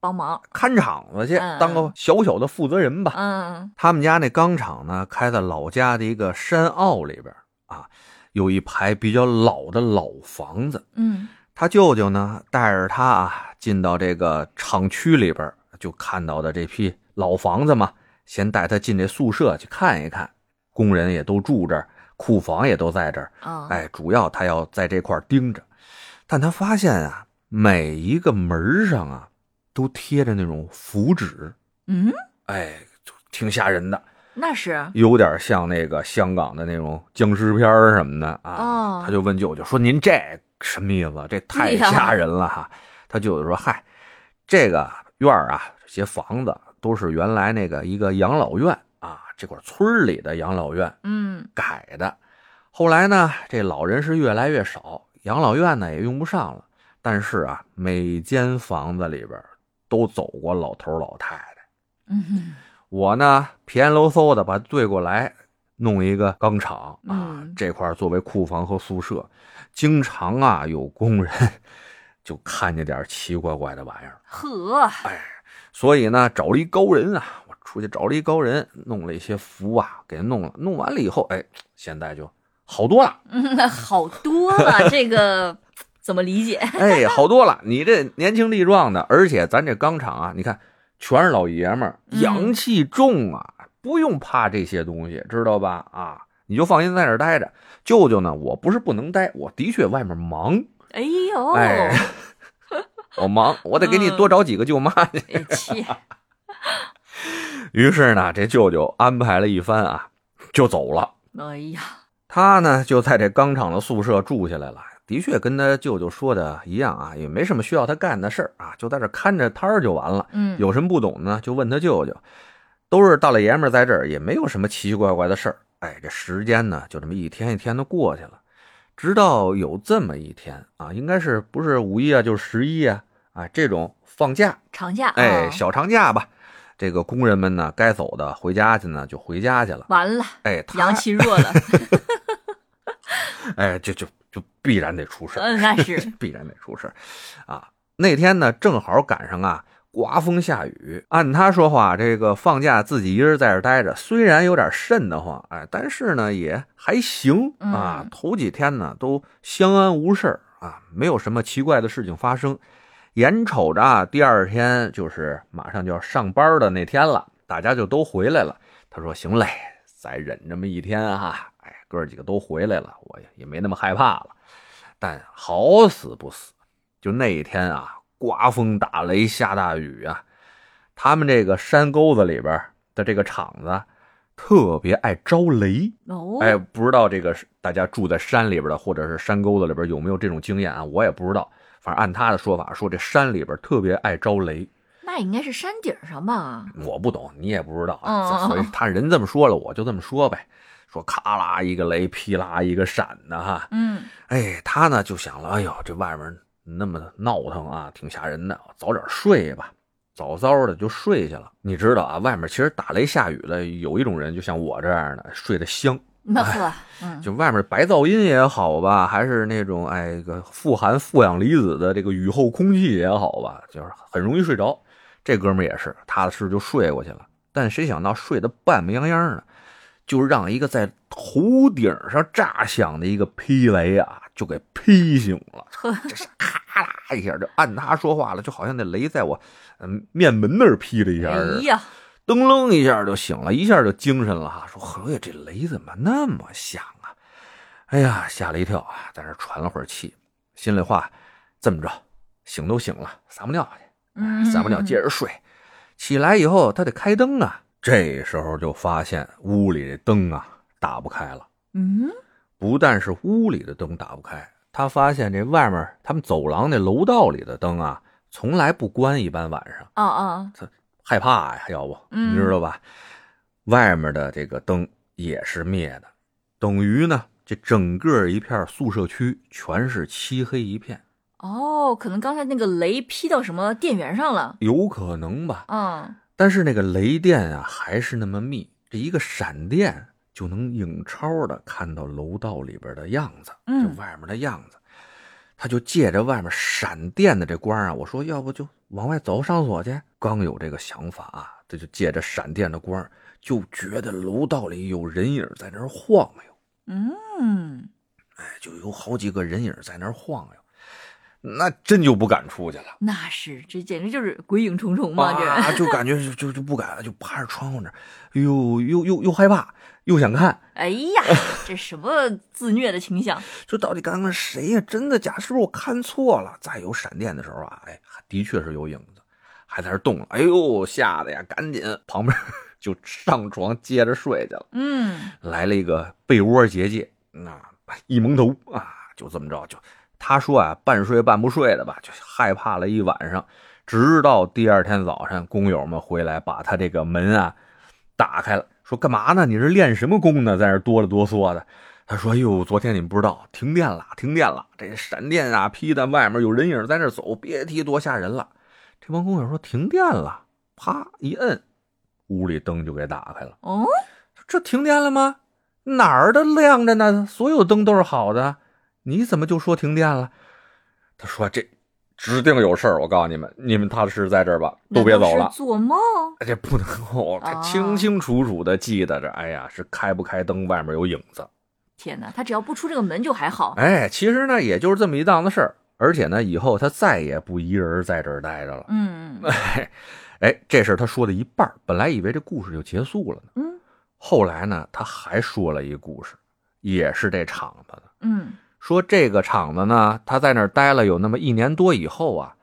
Speaker 4: 帮忙，
Speaker 3: 看场子去，
Speaker 4: 嗯
Speaker 3: 当个小小的负责人吧。
Speaker 4: 嗯
Speaker 3: 他们家那钢厂呢，开在老家的一个山坳里边啊，有一排比较老的老房子。
Speaker 4: 嗯，
Speaker 3: 他舅舅呢，带着他啊，进到这个厂区里边，就看到的这批老房子嘛，先带他进这宿舍去看一看，工人也都住这儿，库房也都在这儿。
Speaker 4: 啊，
Speaker 3: 哎，主要他要在这块儿盯着，但他发现啊，每一个门儿上啊，都贴着那种符纸，
Speaker 4: 嗯，
Speaker 3: 哎，就挺吓人的。
Speaker 4: 那是
Speaker 3: 有点像那个香港的那种僵尸片儿什么的啊。
Speaker 4: 哦哎
Speaker 3: 他就问舅舅说：“您这什么意思？这太吓人了哈！”他舅舅说：“嗨，这个院儿啊，这些房子都是原来那个一个养老院啊，这块村儿里的养老院
Speaker 4: 嗯
Speaker 3: 改的。后来呢，这老人是越来越少，养老院呢也用不上了。但是啊，每间房子里边儿都走过老头儿老太太。”
Speaker 4: 嗯哼
Speaker 3: 我呢便宜喽嗖的把对过来，弄一个钢厂啊，
Speaker 4: 嗯
Speaker 3: 这块儿作为库房和宿舍，经常啊有工人 就看见点奇怪怪的玩意儿，
Speaker 4: 呵，
Speaker 3: 所以呢找了一高人啊，我出去找了一高人，弄了一些符啊，给弄了，弄完了以后，哎，现在就好多了，
Speaker 4: 嗯，好多了，这个怎么理解？
Speaker 3: 哎，好多了，你这年轻力壮的，而且咱这钢厂啊，你看全是老爷们儿，
Speaker 4: 嗯
Speaker 3: 阳气重啊，不用怕这些东西，知道吧？啊，你就放心在这儿待着。舅舅呢，我不是不能待，我的确外面忙，
Speaker 4: 哎呦，
Speaker 3: 哎，我忙，我得给你
Speaker 4: 嗯
Speaker 3: 多找几个舅妈 去。
Speaker 4: 哎气，
Speaker 3: 于是呢，这舅舅安排了一番啊，就走了。
Speaker 4: 哎呀，
Speaker 3: 他呢就在这钢厂的宿舍住下来了，的确跟他舅舅说的一样啊，也没什么需要他干的事儿啊，就在这儿看着摊儿就完了。
Speaker 4: 嗯，
Speaker 3: 有什么不懂呢，就问他舅舅。都是大老爷们儿在这儿，也没有什么奇奇怪怪的事儿。哎，这时间呢，就这么一天一天的过去了，直到有这么一天啊，应该是不是五一啊，就是十一啊，啊这种放假，
Speaker 4: 长假，
Speaker 3: 哎，
Speaker 4: 啊
Speaker 3: 小长假吧。这个工人们呢，该走的回家去呢，就回家去了。
Speaker 4: 完了，
Speaker 3: 哎，他
Speaker 4: 阳气弱了，
Speaker 3: 哎，就就就必然得出事儿，
Speaker 4: 嗯，那是，
Speaker 3: 必然得出事儿啊！那天呢，正好赶上啊，刮风下雨。按他说话，这个放假自己一人在这儿待着，虽然有点瘆得慌，哎，但是呢也还行啊
Speaker 4: 嗯。
Speaker 3: 头几天呢都相安无事儿啊，没有什么奇怪的事情发生。眼瞅着啊，第二天就是马上就要上班的那天了，大家就都回来了。他说：“行嘞，再忍这么一天啊，哎，哥儿几个都回来了，我也没那么害怕了。但好死不死，就那一天啊，刮风打雷下大雨啊，他们这个山沟子里边的这个厂子特别爱招雷。
Speaker 4: 哦，
Speaker 3: 哎，不知道这个是大家住在山里边的，或者是山沟子里边有没有这种经验啊？我也不知道。反正按他的说法，说这山里边特别爱招雷。
Speaker 4: 那应该是山顶上吧？
Speaker 3: 我不懂，你也不知道
Speaker 4: 嗯嗯
Speaker 3: 啊，
Speaker 4: 嗯
Speaker 3: 所以他人这么说了，我就这么说呗。说咔啦一个雷，劈啦一个闪的哈。
Speaker 4: 嗯
Speaker 3: 哎，他呢就想了，哎呦，这外面那么闹腾啊，挺吓人的，早点睡吧。早早的就睡去了。你知道啊，外面其实打雷下雨了，有一种人就像我这样的，睡得香。，
Speaker 4: 那呵，嗯，
Speaker 3: 就外面白噪音也好吧，还是那种哎个富含负氧离子的这个雨后空气也好吧，就是很容易睡着。这哥们儿也是踏踏实实就睡过去了，但谁想到睡得半不泱泱的，就让一个在头顶上炸响的一个霹雷啊，就给劈醒了。这是咔啦一下，就按他说话了，就好像那雷在我嗯面门那儿劈了一下似
Speaker 4: 哎
Speaker 3: 的。
Speaker 4: 呀，
Speaker 3: 噔楞一下就醒了，一下就精神了哈。说：“合计这雷怎么那么响啊？”哎呀，吓了一跳啊，在那喘了会儿气，心里话，这么着，醒都醒了，撒泡尿
Speaker 4: 嗯，
Speaker 3: 去，撒泡尿接着睡。起来以后，他得开灯啊。这时候就发现屋里这灯啊打不开了，
Speaker 4: 嗯，
Speaker 3: 不但是屋里的灯打不开，他发现这外面他们走廊那楼道里的灯啊，从来不关，一般晚上。
Speaker 4: 哦哦，
Speaker 3: 害怕呀，要不
Speaker 4: 嗯
Speaker 3: 你知道吧？外面的这个灯也是灭的，等于呢，这整个一片宿舍区全是漆黑一片，
Speaker 4: 哦，可能刚才那个雷劈到什么电源上了，
Speaker 3: 有可能吧？
Speaker 4: 嗯，
Speaker 3: 但是那个雷电啊，还是那么密，这一个闪电就能影超的看到楼道里边的样子，
Speaker 4: 嗯
Speaker 3: 这外面的样子。他就借着外面闪电的这光啊，我说要不就往外走上厕所去。刚有这个想法啊，这就借着闪电的光，就觉得楼道里有人影在那儿晃悠。
Speaker 4: 嗯，
Speaker 3: 哎，就有好几个人影在那儿晃悠，那真就不敢出去了。
Speaker 4: 那是，这简直就是鬼影重重嘛，这人，
Speaker 3: 啊， 就感觉就就就不敢了，就趴着窗户那儿，哎呦，又又又害怕，又想看，
Speaker 4: 哎呀，这什么自虐的倾向？
Speaker 3: 这到底刚刚谁呀、真的假？是不是我看错了？再有闪电的时候啊，哎，的确是有影子，还在那儿动了，哎呦，吓得呀，赶紧旁边儿 就上床接着睡去了。
Speaker 4: 嗯
Speaker 3: 来了一个被窝结界，那一蒙头啊，就这么着就，他说啊，半睡半不睡的吧，就害怕了一晚上，直到第二天早上，工友们回来把他这个门啊打开了，说干嘛呢？你是练什么功呢？在这哆里哆嗦的。他说：“哟，昨天你们不知道，停电了，停电了！这闪电啊，劈的外面有人影在那走，别提多吓人了。”这帮工友说：“停电了！”啪一摁，屋里灯就给打开了。
Speaker 4: 哦
Speaker 3: 这停电了吗？哪儿的亮着呢？所有灯都是好的，你怎么就说停电了？他说这指定有事儿，我告诉你们，你们踏踏实实在这儿吧，都别走
Speaker 4: 难道
Speaker 3: 了
Speaker 4: 是。做梦
Speaker 3: 哎这不能够，他
Speaker 4: 哦
Speaker 3: 清清楚楚的记得着。哎呀，是开不开灯，外面有影子。
Speaker 4: 天哪，他只要不出这个门就还好。
Speaker 3: 哎，其实呢，也就是这么一档子事儿。而且呢，以后他再也不一人在这儿待着了。
Speaker 4: 嗯嗯
Speaker 3: 哎，这事儿他说的一半儿，本来以为这故事就结束了呢。
Speaker 4: 嗯
Speaker 3: 后来呢，他还说了一故事，也是这厂子的。
Speaker 4: 嗯，
Speaker 3: 说这个厂子呢，他在那儿待了有那么一年多以后啊，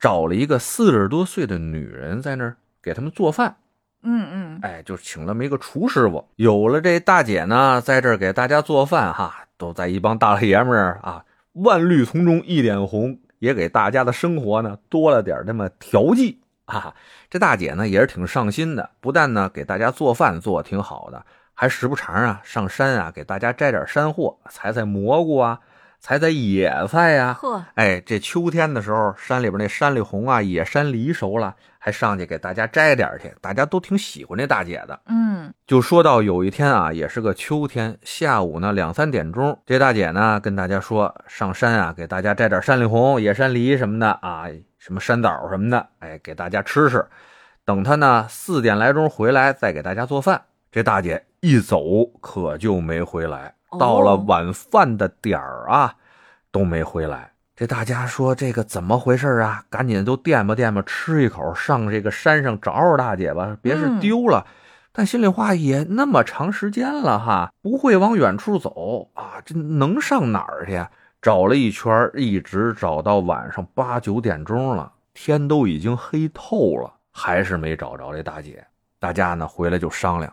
Speaker 3: 找了一个四十多岁的女人在那儿给他们做饭，
Speaker 4: 嗯嗯
Speaker 3: 哎，就请了这么一个厨师傅。有了这大姐呢，在这儿给大家做饭哈，都在一帮大老爷们儿啊，万绿丛中一点红，也给大家的生活呢多了点那么调剂啊。这大姐呢也是挺上心的，不但呢给大家做饭做的挺好的，还时不常啊上山啊给大家摘点山货，采采蘑菇啊，采采野菜呀、
Speaker 4: 呵，
Speaker 3: 哎，这秋天的时候，山里边那山里红啊、野山梨熟了，还上去给大家摘点儿去，大家都挺喜欢这大姐的。
Speaker 4: 嗯
Speaker 3: 就说到有一天啊，也是个秋天，下午呢两三点钟，这大姐呢跟大家说上山啊，给大家摘点山里红、野山梨什么的啊，什么山枣什么的，哎，给大家吃吃。等她呢四点来钟回来，再给大家做饭。这大姐一走可就没回来，
Speaker 4: 哦
Speaker 3: 到了晚饭的点儿啊，都没回来。这大家说这个怎么回事啊？赶紧都惦吧惦吧，吃一口，上这个山上找找大姐吧，别是
Speaker 4: 嗯
Speaker 3: 丢了。但心里话也那么长时间了哈，不会往远处走啊，这能上哪儿去啊？找了一圈儿，一直找到晚上八九点钟了，天都已经黑透了，还是没找着这大姐。大家呢回来就商量，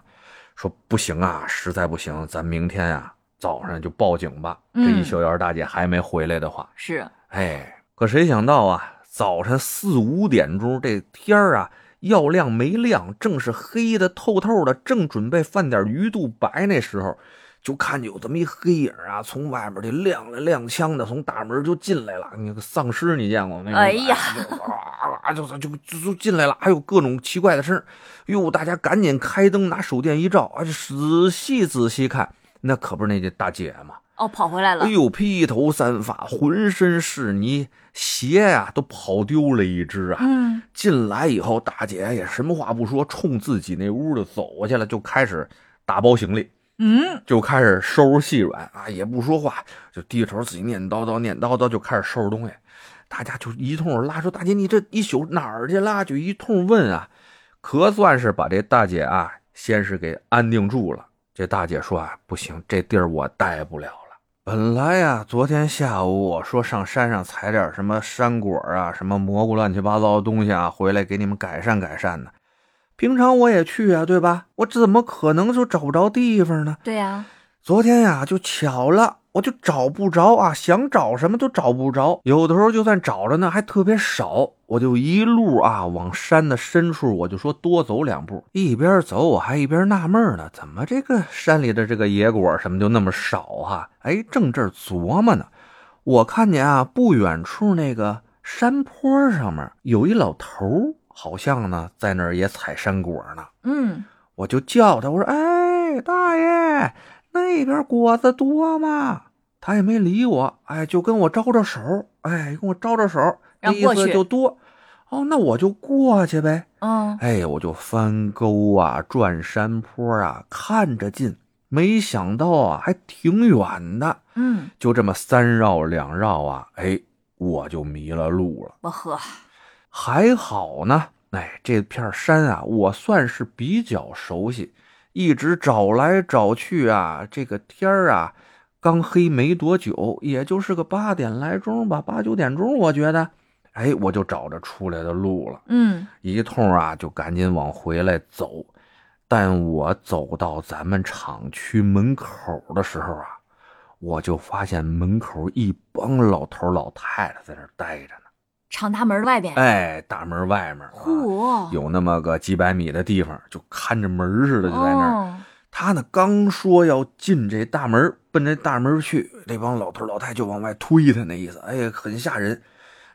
Speaker 3: 说不行啊，实在不行，咱明天啊早上就报警吧。这
Speaker 4: 嗯
Speaker 3: 一宿要是大姐还没回来的话，
Speaker 4: 是，
Speaker 3: 哎，可谁想到啊，早晨四五点钟，这天儿啊要亮没亮，正是黑的透透的，正准备泛点鱼肚白那时候，就看有这么一黑影啊，从外面这踉踉踉跄的从大门就进来了。你个丧尸，你见过没？
Speaker 4: 哎呀
Speaker 3: 就，啊啊，就就就就进来了，还有各种奇怪的声儿。哟，大家赶紧开灯，拿手电一照，啊，仔细仔细看，那可不是那这大姐嘛。
Speaker 4: 哦，跑回来了
Speaker 3: 哎。呦，披头散发，浑身是泥，鞋呀、都跑丢了一只啊！
Speaker 4: 嗯
Speaker 3: 进来以后，大姐也什么话不说，冲自己那屋就走过去了，就开始打包行李，
Speaker 4: 嗯
Speaker 3: 就开始收拾细软啊，也不说话，就低着头自己念叨叨念叨叨，就开始收拾东西。大家就一通拉，说大姐你这一宿哪儿去啦？就一通问啊，可算是把这大姐啊，先是给安定住了。这大姐说啊，不行，这地儿我待不了了。本来呀、昨天下午我说上山上采点什么山果啊，什么蘑菇乱七八糟的东西啊，回来给你们改善改善呢。平常我也去啊，对吧？我怎么可能就找不着地方呢？
Speaker 4: 对呀、
Speaker 3: 昨天呀、就巧了，我就找不着啊，想找什么都找不着，有的时候就算找着呢，还特别少。我就一路啊往山的深处，我就说多走两步，一边走我还一边纳闷呢，怎么这个山里的这个野果什么就那么少哈、哎，正这儿琢磨呢，我看见啊，不远处那个山坡上面有一老头儿，好像呢在那儿也采山果呢。
Speaker 4: 嗯
Speaker 3: 我就叫他，我说：“哎，大爷，那边果子多吗？”他也没理我，哎，就跟我招招手，哎，跟我招招手，那
Speaker 4: 让
Speaker 3: 意
Speaker 4: 过
Speaker 3: 思
Speaker 4: 去
Speaker 3: 就多。哦，那我就过去呗。
Speaker 4: 嗯
Speaker 3: 哎，我就翻沟啊，转山坡啊，看着近，没想到啊，还挺远的。
Speaker 4: 嗯，
Speaker 3: 就这么三绕两绕啊，哎，我就迷了路了。
Speaker 4: 我喝，
Speaker 3: 还好呢，哎，这片山啊，我算是比较熟悉，一直找来找去啊，这个天儿啊，刚黑没多久，也就是个八点来钟吧，八九点钟，我觉得，哎，我就找着出来的路了，
Speaker 4: 嗯
Speaker 3: 一通啊，就赶紧往回来走。但我走到咱们厂区门口的时候啊，我就发现门口一帮老头老太太在那儿待着呢。
Speaker 4: 厂大门外边，
Speaker 3: 哎，大门外面、啊、
Speaker 4: 嚯，
Speaker 3: 有那么个几百米的地方，就看着门似的，就在那儿。
Speaker 4: 哦，
Speaker 3: 他呢刚说要进这大门，奔这大门去，这帮老头老太就往外推他，那意思，哎呀，很吓人。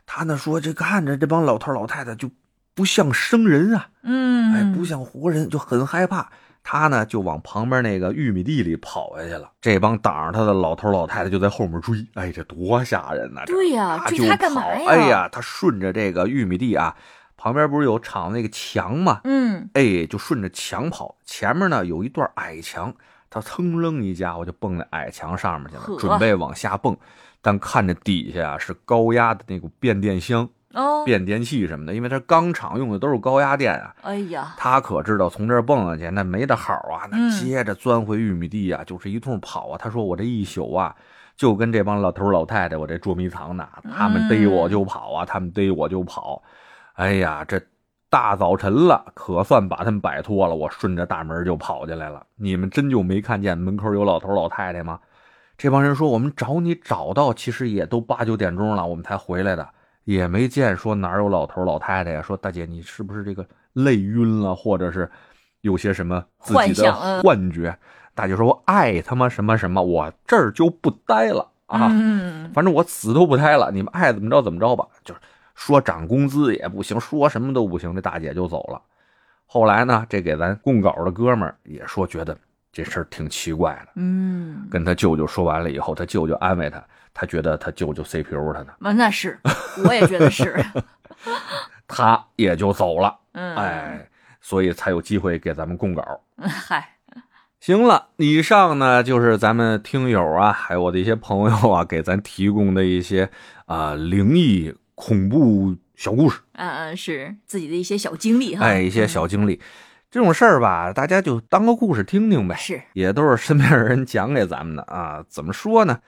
Speaker 3: 他呢说这看着这帮老头老太太就不像生人啊，
Speaker 4: 嗯，
Speaker 3: 哎，不像活人，就很害怕。他呢就往旁边那个玉米地里跑下去了。这帮挡着他的老头老太太就在后面追，哎，这多吓人呐、这
Speaker 4: 对呀
Speaker 3: 他
Speaker 4: 追
Speaker 3: 就
Speaker 4: 他干嘛
Speaker 3: 跑
Speaker 4: 呀
Speaker 3: 哎呀，他顺着这个玉米地啊，旁边不是有厂那个墙吗？
Speaker 4: 嗯，
Speaker 3: 哎，就顺着墙跑，前面呢有一段矮墙，他蹭楞一下，我就蹦在矮墙上面去了，
Speaker 4: 呵
Speaker 3: 准备往下蹦，但看着底下啊是高压的那股变电箱、
Speaker 4: 哦，
Speaker 3: 变电器什么的，因为它钢厂用的都是高压电啊。
Speaker 4: 哎呀，
Speaker 3: 他可知道从这儿蹦下去那没得好啊，那
Speaker 4: 嗯
Speaker 3: 接着钻回玉米地啊，就是一通跑啊。他说我这一宿啊，就跟这帮老头老太太我这捉迷藏呢，他们逮我就跑啊，他们逮我就跑。哎呀，这大早晨了，可算把他们摆脱了。我顺着大门就跑进来了。你们真就没看见门口有老头老太太吗？这帮人说我们找你找到，其实也都八九点钟了，我们才回来的，也没见说哪儿有老头老太太呀。说大姐，你是不是这个累晕了，或者是有些什么自己
Speaker 4: 幻想嗯
Speaker 3: 的幻觉？大姐说我爱他妈什么什么，我这儿就不待了啊。
Speaker 4: 嗯，
Speaker 3: 反正我死都不拆了，你们爱怎么着怎么着吧。就是说涨工资也不行，说什么都不行，这大姐就走了。后来呢，这给咱供稿的哥们儿也说，觉得这事儿挺奇怪的。
Speaker 4: 嗯，
Speaker 3: 跟他舅舅说完了以后，他舅舅安慰他，他觉得他舅舅 CPU 他呢，
Speaker 4: 那嗯那是，我也觉得 是，
Speaker 3: 他也就走了。
Speaker 4: 嗯，，
Speaker 3: 哎，所以才有机会给咱们供稿。
Speaker 4: 嗨，
Speaker 3: 行了，以上呢就是咱们听友啊，还有我的一些朋友啊，给咱提供的一些啊、灵异恐怖小故事。
Speaker 4: 嗯嗯，是自己的一些小经历哈，嗯
Speaker 3: 哎，一些小经历，这种事儿吧，大家就当个故事听听呗，
Speaker 4: 是，
Speaker 3: 也都是身边人讲给咱们的啊。 怎么说呢？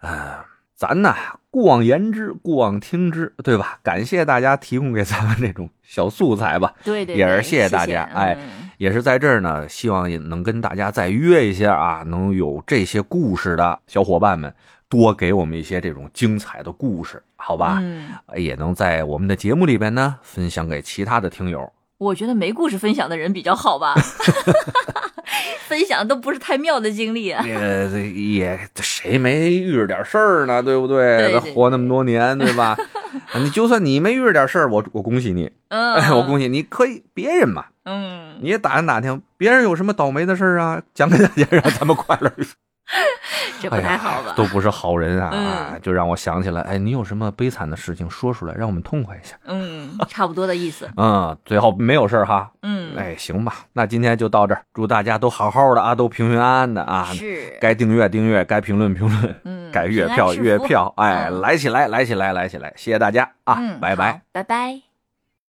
Speaker 3: 啊，咱呐，过往言之，过往听之，对吧？感谢大家提供给咱们这种小素材吧。
Speaker 4: 对对，
Speaker 3: 也是
Speaker 4: 对
Speaker 3: 谢
Speaker 4: 谢
Speaker 3: 谢大家哎
Speaker 4: 嗯
Speaker 3: 也是在这儿呢，希望也能跟大家再约一下啊，能有这些故事的小伙伴们多给我们一些这种精彩的故事，好吧？
Speaker 4: 嗯，
Speaker 3: 也能在我们的节目里边呢分享给其他的听友。
Speaker 4: 我觉得没故事分享的人比较好 吧，分享都不是太妙的经 历啊。
Speaker 3: 那个这也谁没遇着点事儿呢？对不对？
Speaker 4: 对
Speaker 3: 咱
Speaker 4: 对
Speaker 3: 活那么多年，对吧？ 你就算你没遇着点事儿，我我恭喜你，，
Speaker 4: 嗯
Speaker 3: 哎 我恭喜你。可以，别人嘛，
Speaker 4: 嗯，
Speaker 3: 你也打听打听，别人有什么倒霉的事儿啊，讲给大家，让咱们快乐 一下。
Speaker 4: 这不
Speaker 3: 哎
Speaker 4: 太
Speaker 3: 呀
Speaker 4: 好吧？
Speaker 3: 都不是好人啊！
Speaker 4: 嗯
Speaker 3: 啊就让我想起来，哎，你有什么悲惨的事情说出来，让我们痛快一下。
Speaker 4: 嗯， 差不多的意思。
Speaker 3: 嗯，最后没有事儿哈。
Speaker 4: 嗯，
Speaker 3: 哎，行吧，那今天就到这儿，祝大家都好好的啊，都平平安安的啊。
Speaker 4: 是，
Speaker 3: 该订阅订阅，该评论评论。
Speaker 4: 嗯，
Speaker 3: 改月
Speaker 4: 平安
Speaker 3: 票
Speaker 4: 是
Speaker 3: 月
Speaker 4: 福
Speaker 3: 票，哎，
Speaker 4: 嗯
Speaker 3: 来起来，来起来，来起来！谢谢大家啊，
Speaker 4: 嗯
Speaker 3: 拜拜。
Speaker 4: 好拜拜。